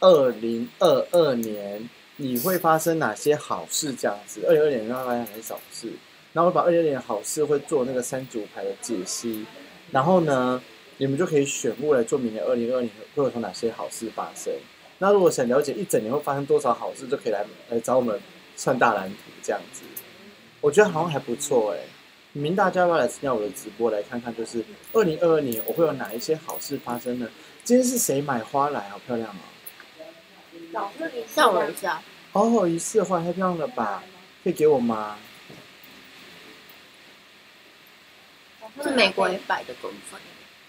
二零二二年你会发生哪些好事这样子。二零二年让大家很少事，然后我把二零二年好事会做那个三组牌的解析，然后呢，你们就可以选未来做明年二零二年会有哪些好事发生。那如果想了解一整年会发生多少好事，就可以来来找我们算大蓝图这样子。我觉得好像还不错哎、你们大家要不要来参加我的直播，来看看就是二零二二年我会有哪一些好事发生呢？今天是谁买花来？好漂亮哦！
老师你
像我一下，
好好一次花太漂亮了吧？可以给我吗？
是玫瑰摆的公分，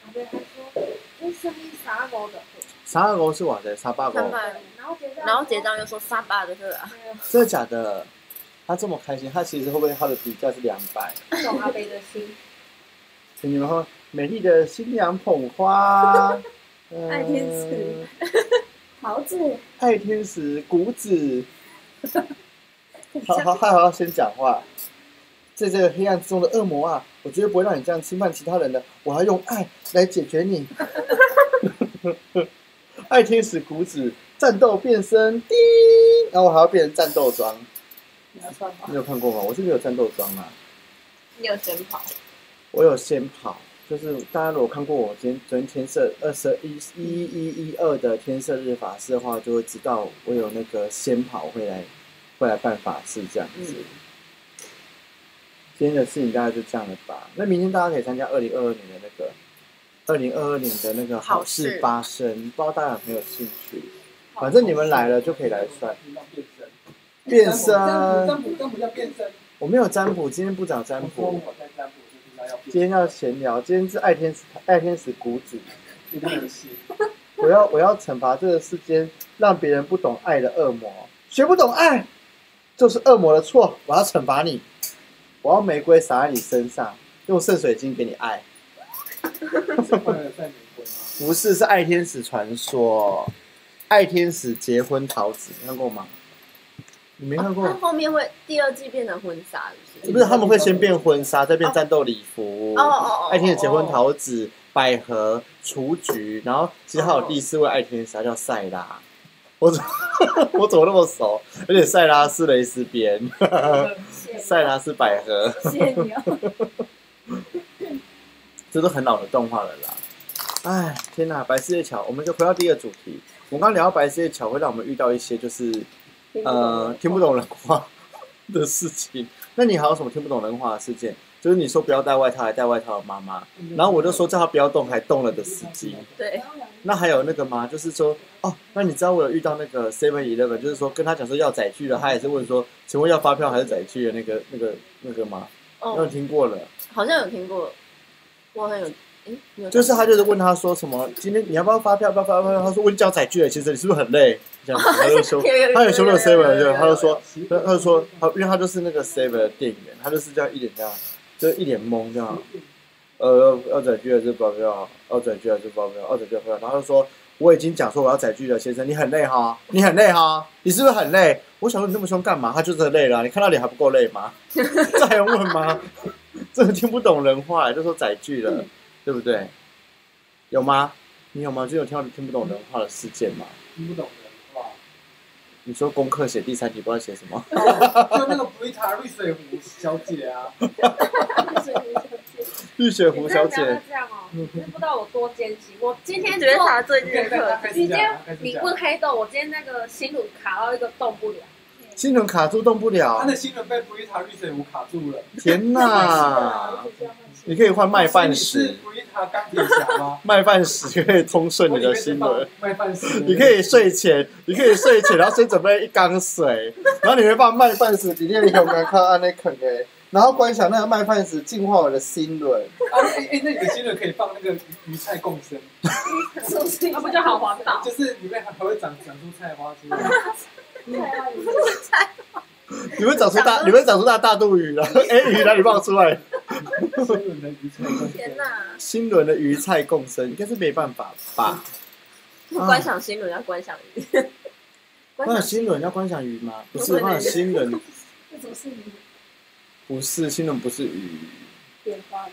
查对他说，这生意啥狗的，
沙狗是瓦的沙巴狗
三，百
对，然后结账，
然后结账又说沙巴的对吧？
没有，
真的假的？他这么开心，他其实会不会他的底价是两百？
懂阿北的心，
请你们喝美丽的新娘捧花，呃
爱天使，
桃子，
爱天使谷子。 好好，还好要先讲话。在这个黑暗之中的恶魔啊，我绝对不会让你这样侵犯其他人的。我要用爱来解决你。 爱天使谷子战斗变身，叮，然后我还要变成战斗装。
你要穿吗？
你有看过吗？我是没有战斗装啊，
你有选跑？
我有先跑。就是大家如果看过我今天昨天天色二十一一一一二的天色日法师的话，就会知道我有那个先跑会来会来办法事这样
嗯
子。今天的事情大概就这样了吧。那明天大家可以参加二零二二年的那个二零二二年的那个好
好
事
事
发生，不知道大家有没有兴趣？反正你们来了就可以来算变身。啊
占卜占卜叫变身。啊
我没有占卜，今天不讲占
我说
卜，
我在占卜，就知道要
今
变。
天要闲聊。今天是爱天使爱天使谷子，
一定有戏。
我要我要惩罚这个世间让别人不懂爱的恶魔，学不懂爱就是恶魔的错。我要惩罚你，我要玫瑰洒在你身上，用圣水晶给你爱。
是不能在美国吗？
不是，是爱天使传说，爱天使结婚桃子，你看过吗？你没看过？
哦那后面会第二季变成婚纱，是不是？
不是，他们会先变婚纱，再变战斗礼服。
哦哦哦
爱天使结婚桃子、百合、雏菊，然后其实还有第四位爱天使，她叫塞拉。我怎 我怎么那么熟？而且塞拉是蕾丝边，塞拉是百合，
谢谢你哦。
这都很老的动画了啦。哎，天哪！白世界桥，我们就回到第二个主题。我刚聊到白世界桥，会让我们遇到一些就是呃听不懂人话的事情。那你还有什么听不懂人话的事件？就是你说不要带外套，还带外套的妈妈，然后我就说叫他不要动，还动了的司机。
对，
那还有那个吗？就是说，哦，那你知道我有遇到那个 Seven Eleven，就是说跟他讲说要载具了，他也是问说，请问要发票还是载具的那个那个那个吗？没有
哦，
听过了，
好像有听过，我好像有，诶，你有
就是他就是问他说什么，今天你要不要发票？要不要发票？他说我已经交载具了，其实你是不是很累？这样子，他就
哦
羞，他也羞了 Seven，就他就说，他他就说，他因为他就是那个 Seven 的店员，他就是这样一脸这样，就是一脸懵这样。呃，要载具还是保镖？要载具还是保镖？要载具回来，然后他就说我已经讲说我要载具了，先生，你很累哈，你很累哈，你是不是很累？我想说你那么凶干嘛？他就是累了，你看到脸还不够累吗？ 这还用问吗？真的听不懂人话，就说载具了，对不对？有吗？你有吗？就有听到听不懂人话的事件吗？
听不懂人话。
你说功课写第三题不知道写什么？
就那个 Brita 绿水湖小姐啊，
绿雪湖小
你真的不要再
姐，
这样哦，你知不知道我多艰辛？我今天
觉
做
察最
你
近
可
的
以在
课
他开始
你今
讲
天
啊，开始
你
讲
问
啊。
黑豆，我今天那个心乳卡到一个动不了，
心轮卡住动不
他
了
的，新人被 Brita 绿水湖卡住了。
天哪！你可以换麦饭
是
石，
Brita 钢铁侠吗？
麦饭石可以通顺你的心
啊我以为
轮
是。放麦饭石，
哦你可以睡前，你可以睡前，然后先准备一缸 水，然后你会把麦饭石里面的勇敢看啊按那啃诶，然后观想那个麦饭石净化我的心轮。
啊，哎、哎，那你的新人可以放那个鱼鱼菜共生，
那不就好环保？
就是里面还还会长长出菜花出来。
你会长出大，你会长出大大肚鱼，然后 哎、鱼哪里冒出来？
新人的鱼菜共生。
天哪！
新轮的鱼菜共生，应该是没办法吧？
不观赏新轮要观赏鱼，观
观赏新轮要观赏鱼吗？不是，
不
观
能
赏新轮
这种是你
不是新轮不是鱼。
点发的，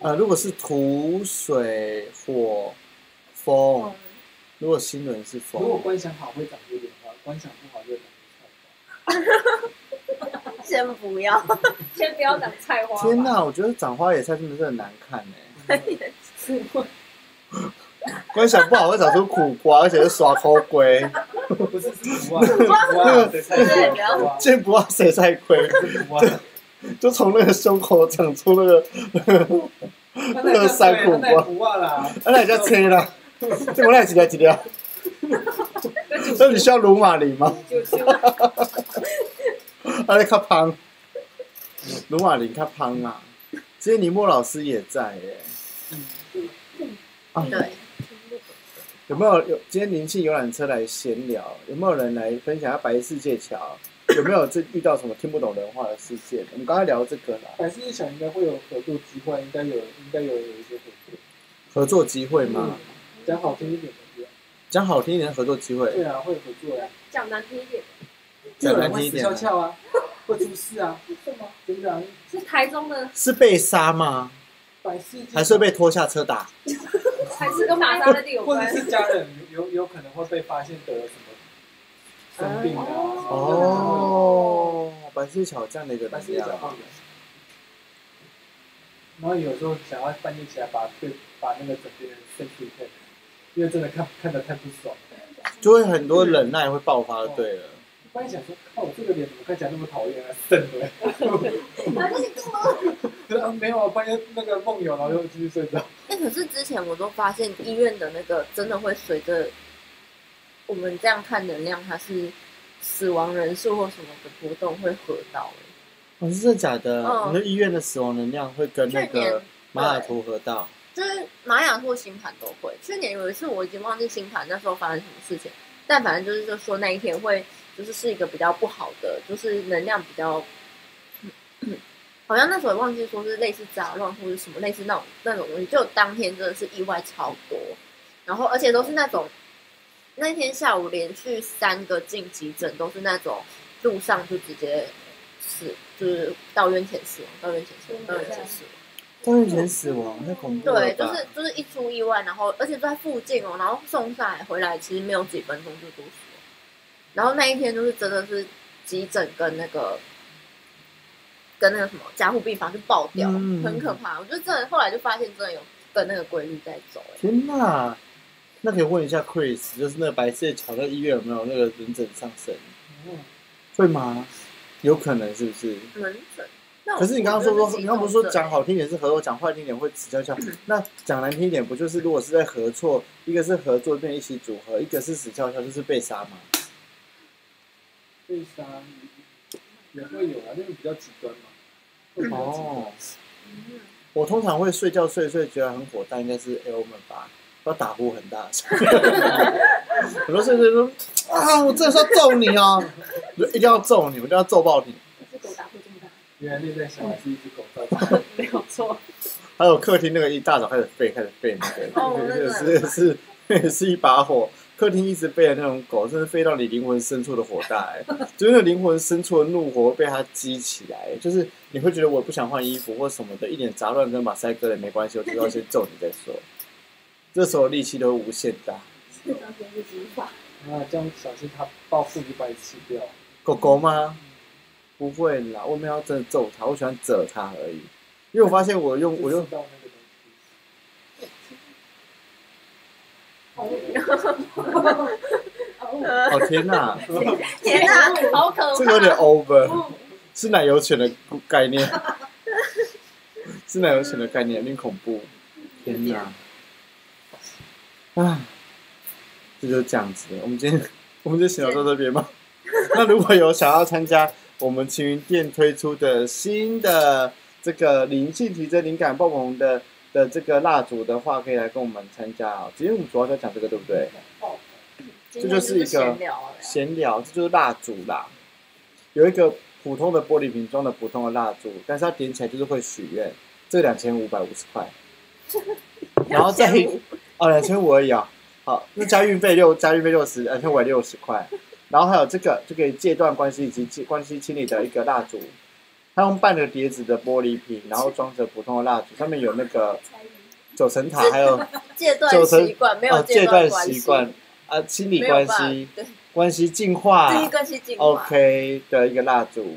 呃，如果是土、水、火、风，如果新轮是
如果
风，
观想好会长出莲花，观想不好就会长出菜花。
先不要，
先不要讲菜花吧。
天哪，我觉得长花野菜真的是很难看哎、观想不好会长出苦瓜，而且是耍抠龟，
不是是苦啊，苦啊，对，菜花，苦啊，
见不到谁在龟，
是苦啊。
就从那个胸口长出那个，
那那苦啊啦，
啊那也叫车啦，这我那几条几条，那你需要鲁马林吗？
就是
啊，你较芳，欸卢马林较芳啊。今天尼莫老师也在耶、
嗯
啊
对，
有没有有今天灵性游览车来闲聊？有没有人来分享下白世界桥？有没有这遇到什么听不懂人话的事件？我们刚才聊这个啦，
百事一想应该会有合作机会，应该有应该有有一些合作，
合作机会吗？
嗯讲好听一点的，
讲好听一点，合作机会
对啊，会有合作呀，
讲难听一点，
就有人会死翘翘啊，会出事啊，
是什么？
真的啊，
是台中的，
是被杀吗？
百事
还是被拖下车打？
还是跟玛莎拉蒂有
或者
关？
是家人有有可能会被发现得了什么生病啊，
哦，白世界桥这样的一个啊
但
能
是也
量
讲，到人。然后有时候想要半夜起来把对把那个整个人身体看，因为真的看看的太不爽。
就会很多忍耐会爆发，对了。
半夜想说，看我这个脸怎么看起来那么讨厌啊，瘆的。
哪里这么？
可是啊没有啊，半夜那个梦游，然后又继续睡着。
那可是之前我都发现医院的那个真的会随着我们这样看能量，它是死亡人数或什么的波动会合到欸。
哦，是真的假的？
嗯
你说医院的死亡能量会跟那
去年
个马尔图河道，
就是玛雅或星盘都会。去年有一次我已经忘记星盘那时候发生什么事情，但反正就是就说那一天会就是是一个比较不好的，就是能量比较， 好像那时候也忘记说是类似杂乱或者什么类似那种那种东西，就当天真的是意外超多，然后而且都是那种那天下午连续三个进急诊都是那种路上就直接死，就是到院前死亡，到院前死亡，到院前死亡。
当然前死亡，太恐怖了吧
对，就是就是一出意外，然后而且就在附近哦，然后送上来回来，其实没有几分钟就多死了。然后那一天就是真的是急诊跟那个跟那个什么加护病房就爆掉，
嗯
很可怕。我觉得真的后来就发现真的有跟那个规律在走、哎
天哪！那可以问一下 Chris，就是那个白色桥在医院有没有那个门诊上升？
嗯，
会吗？有可能是不是？
门诊。那我
可是你刚刚说
我觉
说，
得是
你刚刚不是说
急
讲好听点是合作，讲坏听点会死翘翘？
嗯
那讲难听点不就是如果是在合错，一个是合作变一起组合，一个是死翘翘，就是被杀吗？
被杀啊也会有啊，那种比较极端嘛。会比较极端
哦，
嗯
我通常会睡觉睡一睡觉觉得很火大，应该是 Elman 吧，要打呼很大声。 我说睡睡说啊，我真的是要揍你哦， 我就一定要揍你，我一定要揍爆你。
这狗打呼这么大，
原来内在小孩是一只狗在跑。
没有错。
还有客厅那个一大早开始吠，开始吠那
哦
个，
那个
是是是 是一把火。客厅一直吠的那种狗，真是吠到你灵魂深处的火大、欸，就是那灵魂深处的怒火被它激起来，欸就是你会觉得我不想换衣服或什么的，一点杂乱跟马赛克的没关系，我就要先揍你再说。这时候力气都无限大。
这张真是无法。
啊，这样小心它报复你把你吃掉。
狗狗吗？不会啦，我没有要真的揍它，我喜欢折它而已。因为我发现我用我
就
用
知道那个东西。
哦，
哦天哪，
天哪，好可怕！
这个有点 over，是奶油犬的概念， 是奶油犬的概念，有点恐怖。天哪，啊，这就是这样子。我们今天 我们就闲聊到这边吧。 那如果有想要参加我们青云店推出的新的这个灵性提升、灵感爆棚的的这个蜡烛的话，可以来跟我们参加哦。今天我们主要在讲这个，对不对？
今
这
天
就是一个
闲聊了
闲聊，这就是蜡烛啦。有一个普通的玻璃瓶装的普通的蜡烛，但是它点起来就是会许愿，这两千五百五十块，然后再哦两千五而已啊。好，那加运费六加运费六十，两千五百六十块。然后还有这个就可以戒断关系以及戒关系清理的一个蜡烛，它用半个碟子的玻璃瓶，然后装着普通的蜡烛，上面有那个九层塔，还有
戒断
就成
习惯，没有
哦戒断
关系
习惯，啊亲理
没有
关
办法
系
对，
关系净化，
这一个是进化。
OK 的一个蜡烛，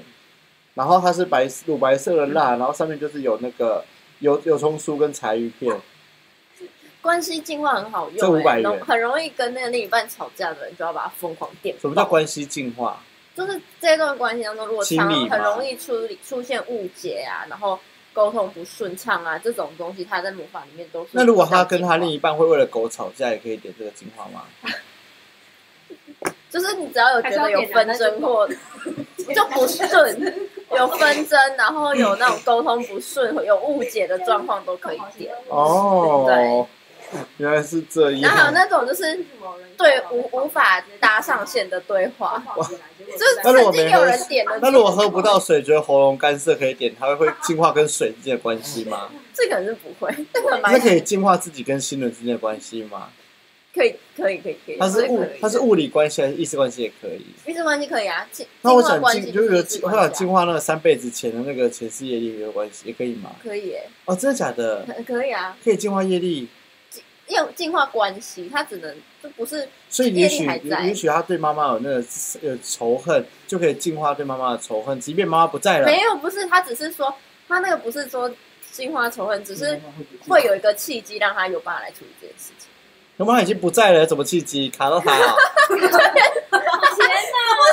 然后它是白乳白色的蜡，
嗯
然后上面就是有那个油油葱酥跟柴鱼片，
关系净化很好用、欸，
这500元
容很容易跟那个另一半吵架的人就要把它疯狂电爆。
什么叫关系净化？
就是这段关系当中，如果
清
常
理吗
很容易出出现误解啊，然后沟通不顺畅啊，这种东西，它在魔法里面都是。
那如果他跟他另
一，
一半会为了狗吵架，也可以点这个净化吗？
就是你只要有觉得有纷争或就不顺，有纷争，然后有那种沟通不顺、有误解的状况都可以点。
哦
对，
原来是这
然后还有
样。
那种就是对无无法搭上线的对话，就是
那如果
曾
没
经
喝
有人点了，
那如果喝不到水，觉得喉咙干涩，可以点，它会净化跟水之间的关系吗？
这个是不会，这个 蛮
那可以净化自己跟新人之间的关系吗？
可以可以可以可以，
它是
这
物
个可，以
它是物理关系还是意识关系也可以？
意识关系可以啊，进
那我
进化
想
关系
进，就是有
进
进，
化
我
关
想
系啊
进化那个三辈子前的那个前世业力有关系，也可以吗？
可以耶，
哦，真的假的？
可可以啊，
可以净化业力，
要进化关系，它只能就不是
所以
业
也
力
许
还在
也许他对妈妈有那个有仇恨，就可以净化对妈妈的仇恨，即便妈妈不在了，
没有不是，他只是说他那个不是说进化仇恨，只
嗯
是会
会
有一个契机让他有办法来处理这件事 情。
可妈妈已经不在了，怎么契机卡到他 啊？
天哪，不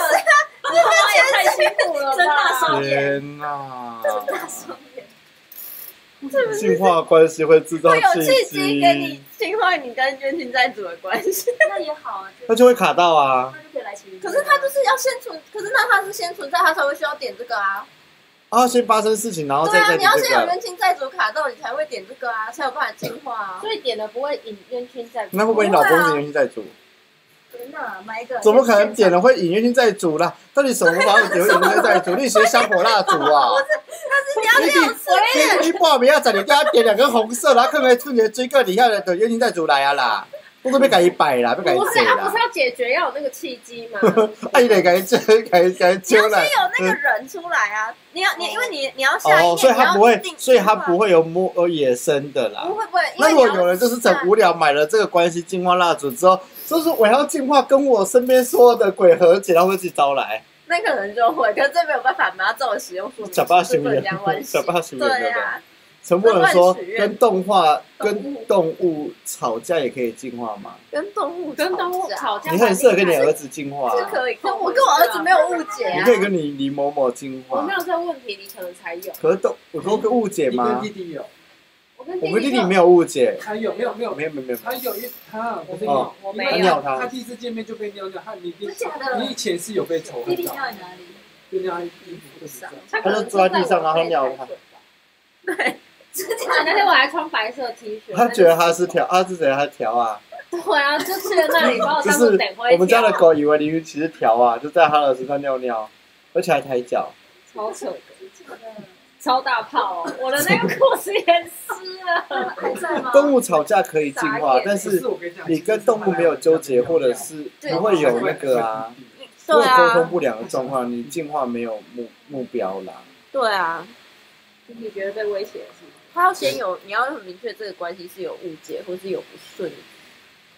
是啊，这也太辛苦了吧，
真大双
天哪！
是不是
净化关系会制造
会有契机
机，
给你进化你跟冤亲债主的关系，
那也好啊，就
那就会卡到啊
那就可以来情侣。
可是他就是要先存，可是那他是先存在，他才会需要点这个啊。
啊！先发生事情，然后
对
再
啊，
再
你要
这
先
个，
有冤亲债主卡到，你才会点这个啊，才有办法进化啊。
所以点了不会引冤亲债主。
那会不会你老公是冤亲债主？
天哪，买一个
怎么可能点了会引冤亲债主啦？到底什么方法点会引冤亲债主？你学香火蜡烛啊？
你要先有吃点，
你你报名啊，在你家点两根红色，然后看看春节追个底下的冤亲债主来啊啦！我都被改一百啦，被改一
不是
百
啊，不
啦
是，要解决要有那个契 机嘛？
啊，你得改追改改
你要
追
先
来。
有那个人出来啊。你要
哦
你因为你你要下一
嗯哦，所以
念，你
他
要
不会
定，
所以他不
会
会有摸有野生的啦
不。会不会，因
那
为
如果
你要
有人就是
下
很无聊买了这个关系净化蜡烛之后，就是我要净化跟我身边所有的鬼和解，然后会自己招来。
那可能就会，可是这没有办法，我们要照使用说明书，
假巴
是
行
不
为
能讲关，系
假。巴行为，
对啊，
陈柏仁说
乱许，愿
跟动画
动物
跟动物吵架也可以净化吗？
跟动物
跟动物
架
吵架，
你很适合跟你儿子净化、
是
啊，
可以，可我跟我儿子没有误解
你
啊
可。以跟啊你李某某净
我
化
没。有这个问题，你可能才有。
可是动，我说个误解
你跟
吗
弟？弟有，
我跟
我跟弟弟
就
没有误解，
他有没有没有
没有没有没有，
他有一他不是
哦
你
我
因为
没有
尿他
他第一次见面就被尿尿，他你弟
真假的
你以前是有被仇
弟
恨
弟
的，
尿在哪里？
就尿在衣服或者是这样
他
他就坐在地上然后尿他
他。对，那天我还穿白色 T 恤，
他觉得他是条，他是谁？他条啊，
对啊，就去了那里，把我
就
当
是
做等会
我们家的狗以为林雨琪是条啊，就在他的身上尿尿，而且还抬脚。
超扯的，
真的
超大炮哦！我的那个裤子也 湿了，
那还在吗？
动物吵架可以净
傻
化
眼，
但
不
是
我跟你讲，
你跟动物没有纠结，或者是
对
不会有那个 啊，如
对
果沟通
啊，
不良的状况，你进化没有目目标啦。
对啊，
你觉得被威胁是吗？
他要先有，你要很明确这个关系是有误解，或是有不顺，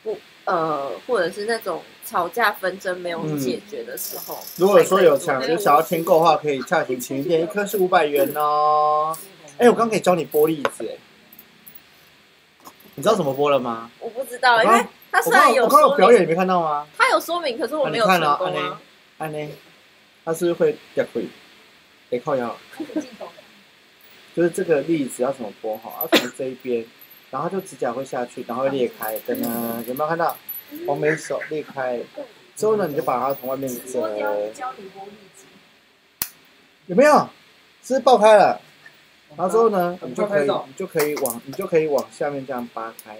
不呃，或者是那种吵架纷争没有解决的时候。
嗯如果说有想
才可以
有想要添购的话，可以洽询情侣店，一颗是五百元哦。哎、我刚可以教你剥栗子，哎，你知道怎么剥了吗？
做我不知道，
我
哦因
刚
为他
我
虽
刚
然
有我
有
刚有
说
表演，
明，
你没看到吗？
他有说明，可是我
啊
没
你
有
看
成
了
功
安
啊
妮。安妮，他是不是会掉会，哎靠腰，就是这个栗子要怎么剥好？要从这一边，然后就指甲会下去，然后会裂开，噔噔，有没有看到？红梅手裂开之后呢，你就把它从外面折，
我教教你剥栗子，
有没有？是不是爆开了，然后之后呢，
嗯
你就可以
爆开了
你就可以往你就可以往下面这样扒开，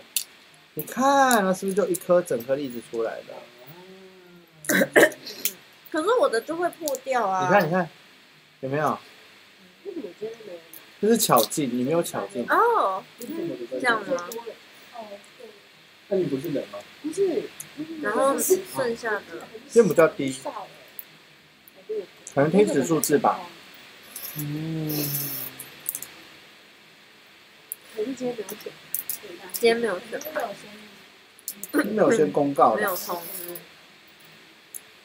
你看，那是不是就一颗整颗栗子出来了？
可是我的就会破掉啊！
你看，你看，有没有？
为什么觉得没有？
就是巧劲，你没有巧劲。
哦，
这
这样吗？
哦，
那你不是人吗？
不是，
然后剩下的
这比较低，
嗯少了
可能天使数字吧。
嗯，
人间流水，
今天没有选，
真的有声音。
没有先公告
没有
的，
通知，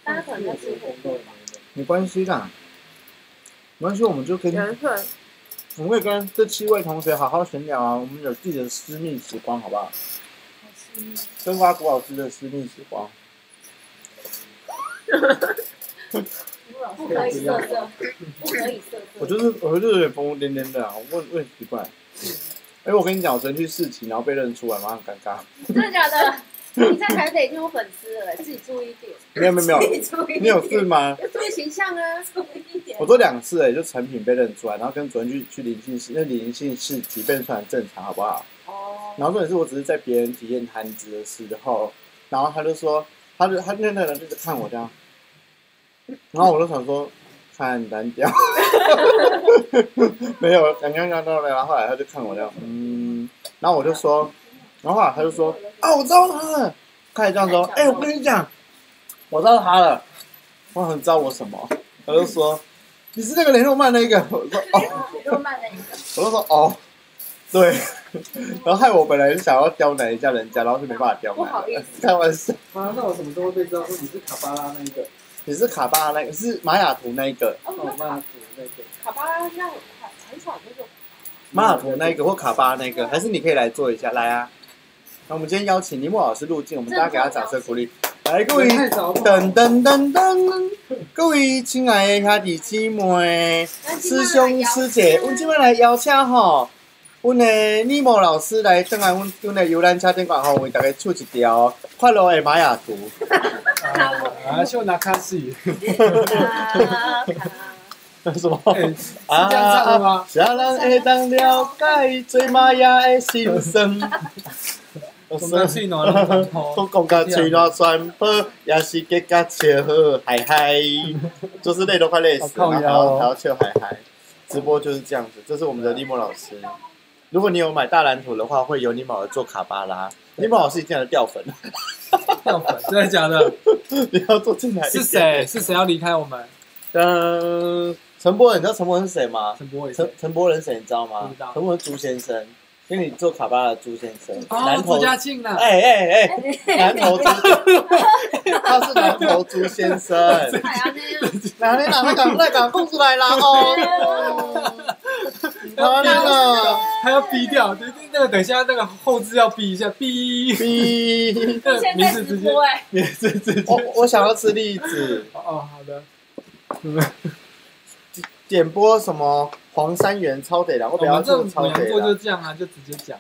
大家可能在吃火锅吧。
没关系啦，没关系，我们就跟
有 人说
我们会跟这七位同学好好闲聊啊，我们有自己的私密时光，好不好？
好吃吗
跟花古老师的私密时光，
不可以色色，不可以色色。
我就是我就是有点疯疯癫癫的啊，我我很奇怪。哎、我跟你讲，我昨天去试骑，然后被认出来，马上尴尬。
真的假的？你在台北已经有粉丝了，自己注意一点，
没有没有没有，
注意
你有事吗？
要注意形象啊！
一点
我。做两次哎、就成品被认出来，然后跟昨天去去灵性市，那灵性市集被认出来很正常，好不好？
哦，
然后重点是我只是在别人体验谈资的时候，然后他就说，他就他那那人就是看我这样，然后我就想说，看单调， 没有，刚刚刚到了，然后后来他就看我这样，嗯，然后我就说，然后后来他就说，啊，我知道他了，开始这样说，哎、我跟你讲，我知道他了，我很知道我什么，他就说，你是那个雷诺曼 那个，我说哦。
诺曼的一个，
我就说哦，对， 然后害我本来是想要刁难一下人家，然后就没办法刁
不好
难，
意思，
开玩笑。
啊，那我什么时候会被知道说你是卡巴拉那一个？
你是卡巴拉那个，是玛雅图那一个，
哦，
哦，
那
曼谷那个。
卡巴拉让我看很少那种，
玛雅图那一个或卡巴拉那个，还是你可以来做一下，来啊！那我们今天邀请尼莫老师入镜，我们大家给他掌声鼓励。来，各位，
太早了吧
噔噔噔噔，各位亲爱的卡弟姊妹、师兄师姐，阮今摆来邀请吼，阮的尼莫老师来登来阮阮的游览车顶馆吼，为大家唱一条快乐的玛雅图。
啊，秀拿卡西，
啊
什么？ 啊
哎，是这样唱的吗？
谁人会当了解做妈呀的心 酸？
总在 最暖的风头，
我讲甲吹暖全部，也是结甲笑嗨嗨，就是累都快累死了，然后还要笑嗨嗨。直播就是这样子，这是我们的尼莫老师。如果你有买大蓝图的话，会有尼莫尔做卡巴拉。尼莫老师已经来掉粉了，
掉粉，真的假的？
你要做进来一点
是谁？？是谁要离开我们？
嗯，陈柏仁，你知道陈柏仁是谁吗？
陈柏伟
陈
是。
陈柏仁谁你知道吗
不知？道
陈柏仁朱先生，跟你做卡巴拉的朱先生，
哦，
南
朱
投，
家庆啦。
哎哎哎，南投朱， 他是南投朱先生，
哎
还要那样，
哪里哪里赶快赶空出来啦
哎
哦，哪里 了？
还要逼掉，对对，那个等一下那个后置要逼一下，逼，
哔，
那个
现
名
在
字
直
直接，
播哎，
名字直接，
我
哦
我想要吃栗子，
哦，好的，
点播什么黄山园超得了，哦我
我
不要
们这
这
种
种超
母
得
羊座就
了，
这样啊，就直接讲，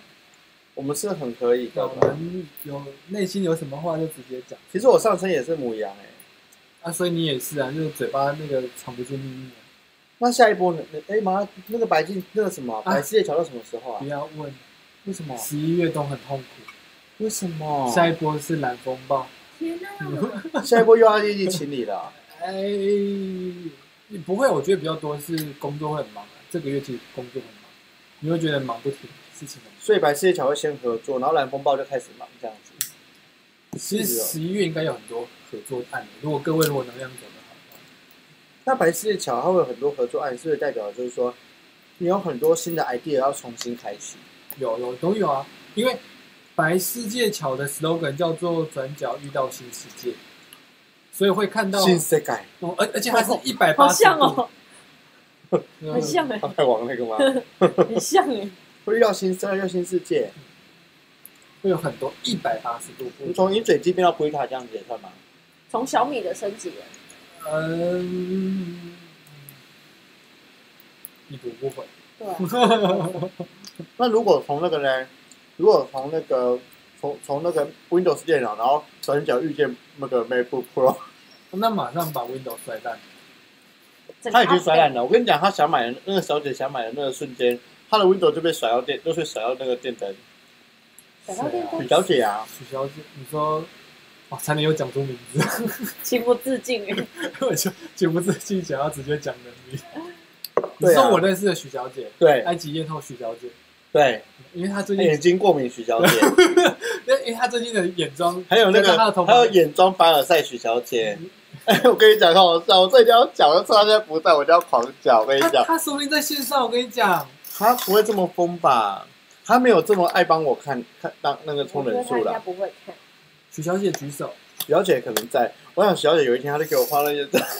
我们是很可以的
我。们有内心有什么话就直接讲
其实我上身也是母羊哎，
啊，所以你也是啊，就是嘴巴那个藏不住秘密啊，
那下一波呢？哎妈，那个白金那个什么
啊
白世界桥到什么时候啊
不？要问，
为什么？
十一月冬很痛苦，
为什么？
下一波是蓝风暴，
天哪，
下一波又要异地情理了。 啊
哎，不会，我觉得比较多是工作会很忙啊，这个月其实工作很忙，你会觉得忙不停，事情很多。
所以白世界桥会先合作，然后蓝风暴就开始忙这样子。
其实十一月应该有很多合作案的，如果各位如果能量走的好的话，
那白世界桥它会有很多合作案，是不是代表就是说你有很多新的 idea 要重新开始？
有有都有啊。因为白世界桥的 slogan 叫做“转角遇到新世界”，所以会看到，
新世界，
哦而而且它是一百
好
八十
像
度
哦，，
嗯
很像
欸
哎，
航海王那个吗？
很像哎，
会遇到新生，遇到新世界。
会有很多一百八十度不
你。从饮水机变到龟塔这样子也算吗？
从小米的升级了，
嗯，一读不回。
对啊，
那如果从那个呢？如果从那个从从那个 Windows 电脑，然后转角遇见那个 MacBook Pro，
那马上把 Windows 摔烂，
整个
他已经摔烂了。我跟你讲，他想买的那个小姐想买的那个瞬间，他的 window 就被甩到电，就被甩到那个电灯。
小到电
许
工
小姐啊，
取消这。你说，哦哇，差点又讲出名字。
情不自禁哎，
我就情不自禁想要直接讲人名。你
对啊
说我认识的许小姐，
对
埃及艳后许小姐，
对，
因为她最近，
眼睛过敏许小姐，
因为她最近的眼妆，
还有那
她的
个
头
还
发
有，眼妆凡尔赛许小姐。哎，我跟你讲，好笑，我这一定要讲，我趁他现在不在，我就要狂讲。我跟你
她
讲，
她说不定在线上，我跟你讲，
他不会这么疯吧？他没有这么爱帮我看看当那个
我
充
觉得
人
他
数
应该
啦。
不会看，
许小姐举手，
许小姐可能在，我想许小姐有一天，她就给我发了一张。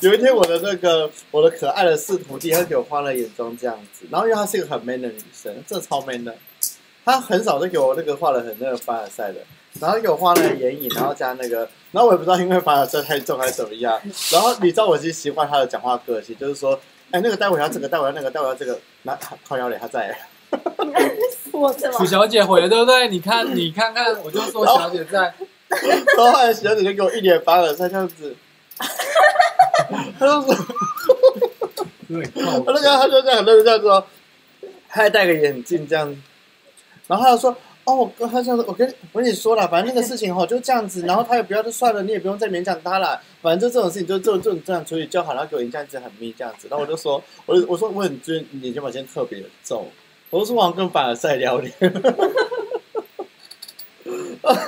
有一天，我的那个我的可爱的四徒弟，他给我画了眼妆这样子，然后因为她是一个很 man 的女生，真的超 man 的，她很少就给我那个画了很那个凡尔赛的，然后就给我画那个眼影，然后加那个，然后我也不知道因为凡尔赛太重还是怎么样，然后你知道我其实习惯她的讲话个性，就是说，哎、那个待会要这个，待会要那个，待会要这个，那靠腰脸她在，
我怎
许小姐回了，对不对？你看，你看看，我就说许小姐在，
然后后来小姐就给我一脸凡尔赛这样子， 她就说。
对，
他那个他就这样，很认真这样说。他还戴个眼镜这样，然后他就说：“哦，我跟他这样，我跟我跟你说了，反正那个事情哈就这样子，然后他也不要就算了，你也不用再勉强他了，反正就这种事情就这种这种这样处理就好。”然后给我印象一直很密这样子，然后我就说：“我就我说我很觉得你的肩膀现在特别重，我就说王跟凡尔赛聊聊。”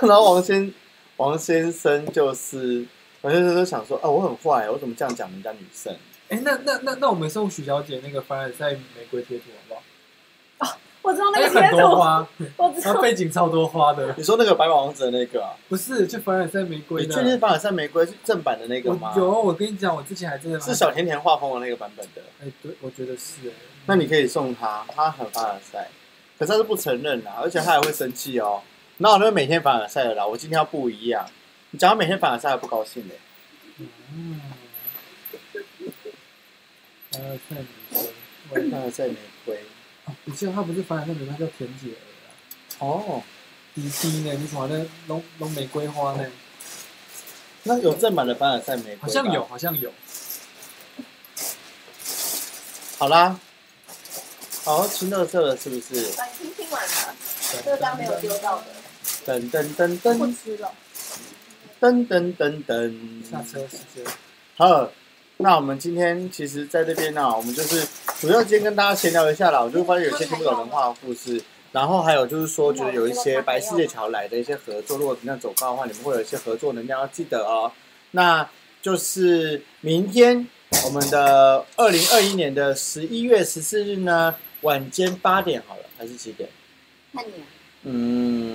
然后王先王先生就是王先生就想说：“啊，我很坏，我怎么这样讲人家女生？”
哎、那那那那我们送许小姐那个凡尔赛玫瑰贴图好不好？
我知道那
哎
个贴
很多
图，
花，
我知
然后
道。
背景超多花的，
你说那个白马王子的那个啊、
不是就凡尔赛玫瑰
你
的。
确定凡尔赛玫瑰是正版的那个吗
我？有，我跟你讲，我之前还真的
是小甜甜画风的那个版本的。
哎、对，我觉得是、哎
那你可以送他，他很凡尔赛，可是他是不承认啊，而且他还会生气哦。那我那每天凡尔赛的啦，我今天要不一样。你讲他每天凡尔赛还不高兴嘞、
嗯，呃凡尔赛玫瑰，
凡尔赛玫瑰
我不是，哦它不是凡尔赛玫瑰，它叫甜姐儿啊。
哦，
滴滴呢？你怎么那弄弄玫瑰花呢？
那有正版的凡尔赛玫瑰？
好像有，。好像有。
好啦，好亲乐色了是不是？
把听听完了，
这
张没有丢到的，
噔噔噔
不
噔
吃了。
噔噔噔噔。
下车时间。
好，那我们今天其实在这边呢、我们就是主要今天跟大家闲聊一下啦。我就发现有些听不懂文化的故事，然后还有就是说，就是有一些白世界桥来的一些合作，如果平常走高的话，你们会有一些合作能量要记得哦。那就是明天我们的二零二一年的十一月十四日呢，晚间八点好了，还是几点？
看你啊，
嗯，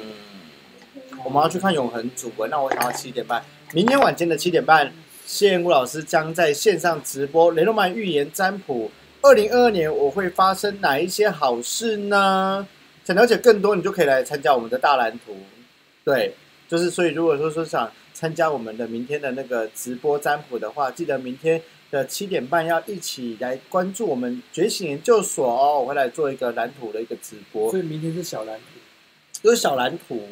我们要去看永恒主文，那我想要七点半，明天晚间的七点半，谢燕姑老师将在线上直播雷诺曼预言占卜。二零二二年我会发生哪一些好事呢？想了解更多，你就可以来参加我们的大蓝图。对，就是所以，如果说说想参加我们的明天的那个直播占卜的话，记得明天的七点半要一起来关注我们觉醒研究所哦，我会来做一个蓝图的一个直播。
所以明天是小蓝图，
就是小蓝图，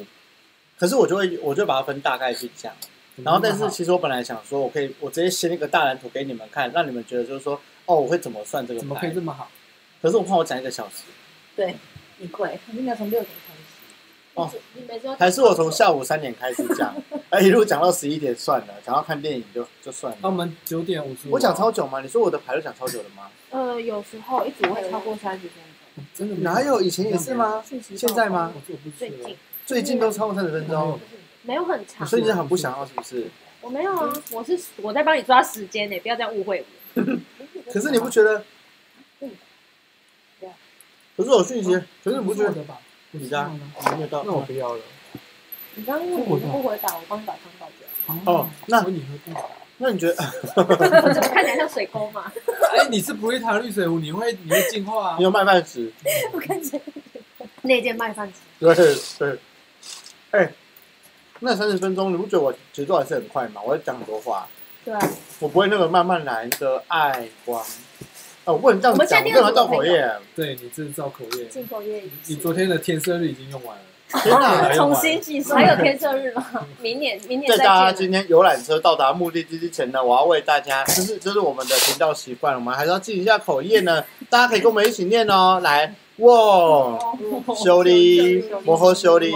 可是我就会我就把它分大概去讲。
嗯
然后，但是其实我本来想说，我可以我直接写那个大蓝图给你们看，让你们觉得就是说，哦，我会怎么算这个
怎么可以
牌
这？么好？
可是我怕我讲一个小时，
你贵，
我们应该从六点开始。
哦
你每周
还是我从下午三点开始 讲，哎，一路讲到十一点算了，讲到看电影就就算
那我
了。
们九点五十五。
我讲超久吗？你说我的牌都讲超久了吗？
呃，有时候一直会超过三十分钟。
真的没
哪有？以前也是吗？
讯息
现在吗
我？我不去
最
了
近。
最近都超过三十分
哦
钟，
没有很长
所以你很不想要是不是？
我没有啊，我是我在帮你抓时间呢，不要这样误会我。
可是你不觉得？
嗯啊
可是我讯
哦
息，可是你不觉得
得吧？
你的啊
我知道了
没有到？
那我不要了。
你刚刚问我不回答，我帮你把汤倒掉。
哦，那
我你喝过。
那你觉
哦
得
我怎么看起来像水沟嘛？
哎，你是不会弹绿水壶，你会你会进化啊
你？有卖饭纸？
我看起来那件麦饭纸。
对对，哎、那三十分钟，你不觉得我节奏还是很快吗？我要讲很多话，
对啊，
我不会那个慢慢来的爱光。哦，我不能这样
我们现
讲，
在
我
第二
更要倒
组朋
口
友
液。
对你这是造口业。
进口业
你你昨天的天色日已经用完了。
天哪！
还有
重
吗
新计算，还有天赦日吗？明年明年
在
再
大家
见
今
了。
天游览车到达目的地之前呢，我要为大家，这是这是我们的频道习惯，我们还是要记一下口业呢。大家可以跟我们一起念哦，来，哇，哦修理摩诃修理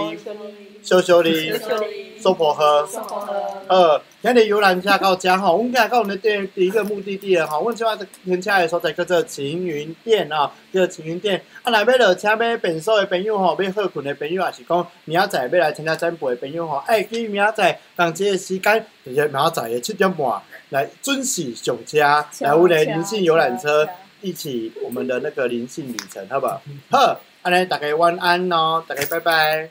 修修理娑婆诃。呃，今日游览车到家哈，我们今日到我们的第第一个目的地了哈。我们今晚停车的所在叫做晴云殿啊，叫做晴云殿。啊，来要落车要便所的朋友吼，要好困的朋友，也是讲明仔载要来参加占卜的朋友吼，爱记明仔载同齐的时间，就是明仔载的七点半来准时上车，来我们的灵性游览车一啊起我们的那个灵性旅程，好不好？好，安尼大家晚安哦，大家拜拜。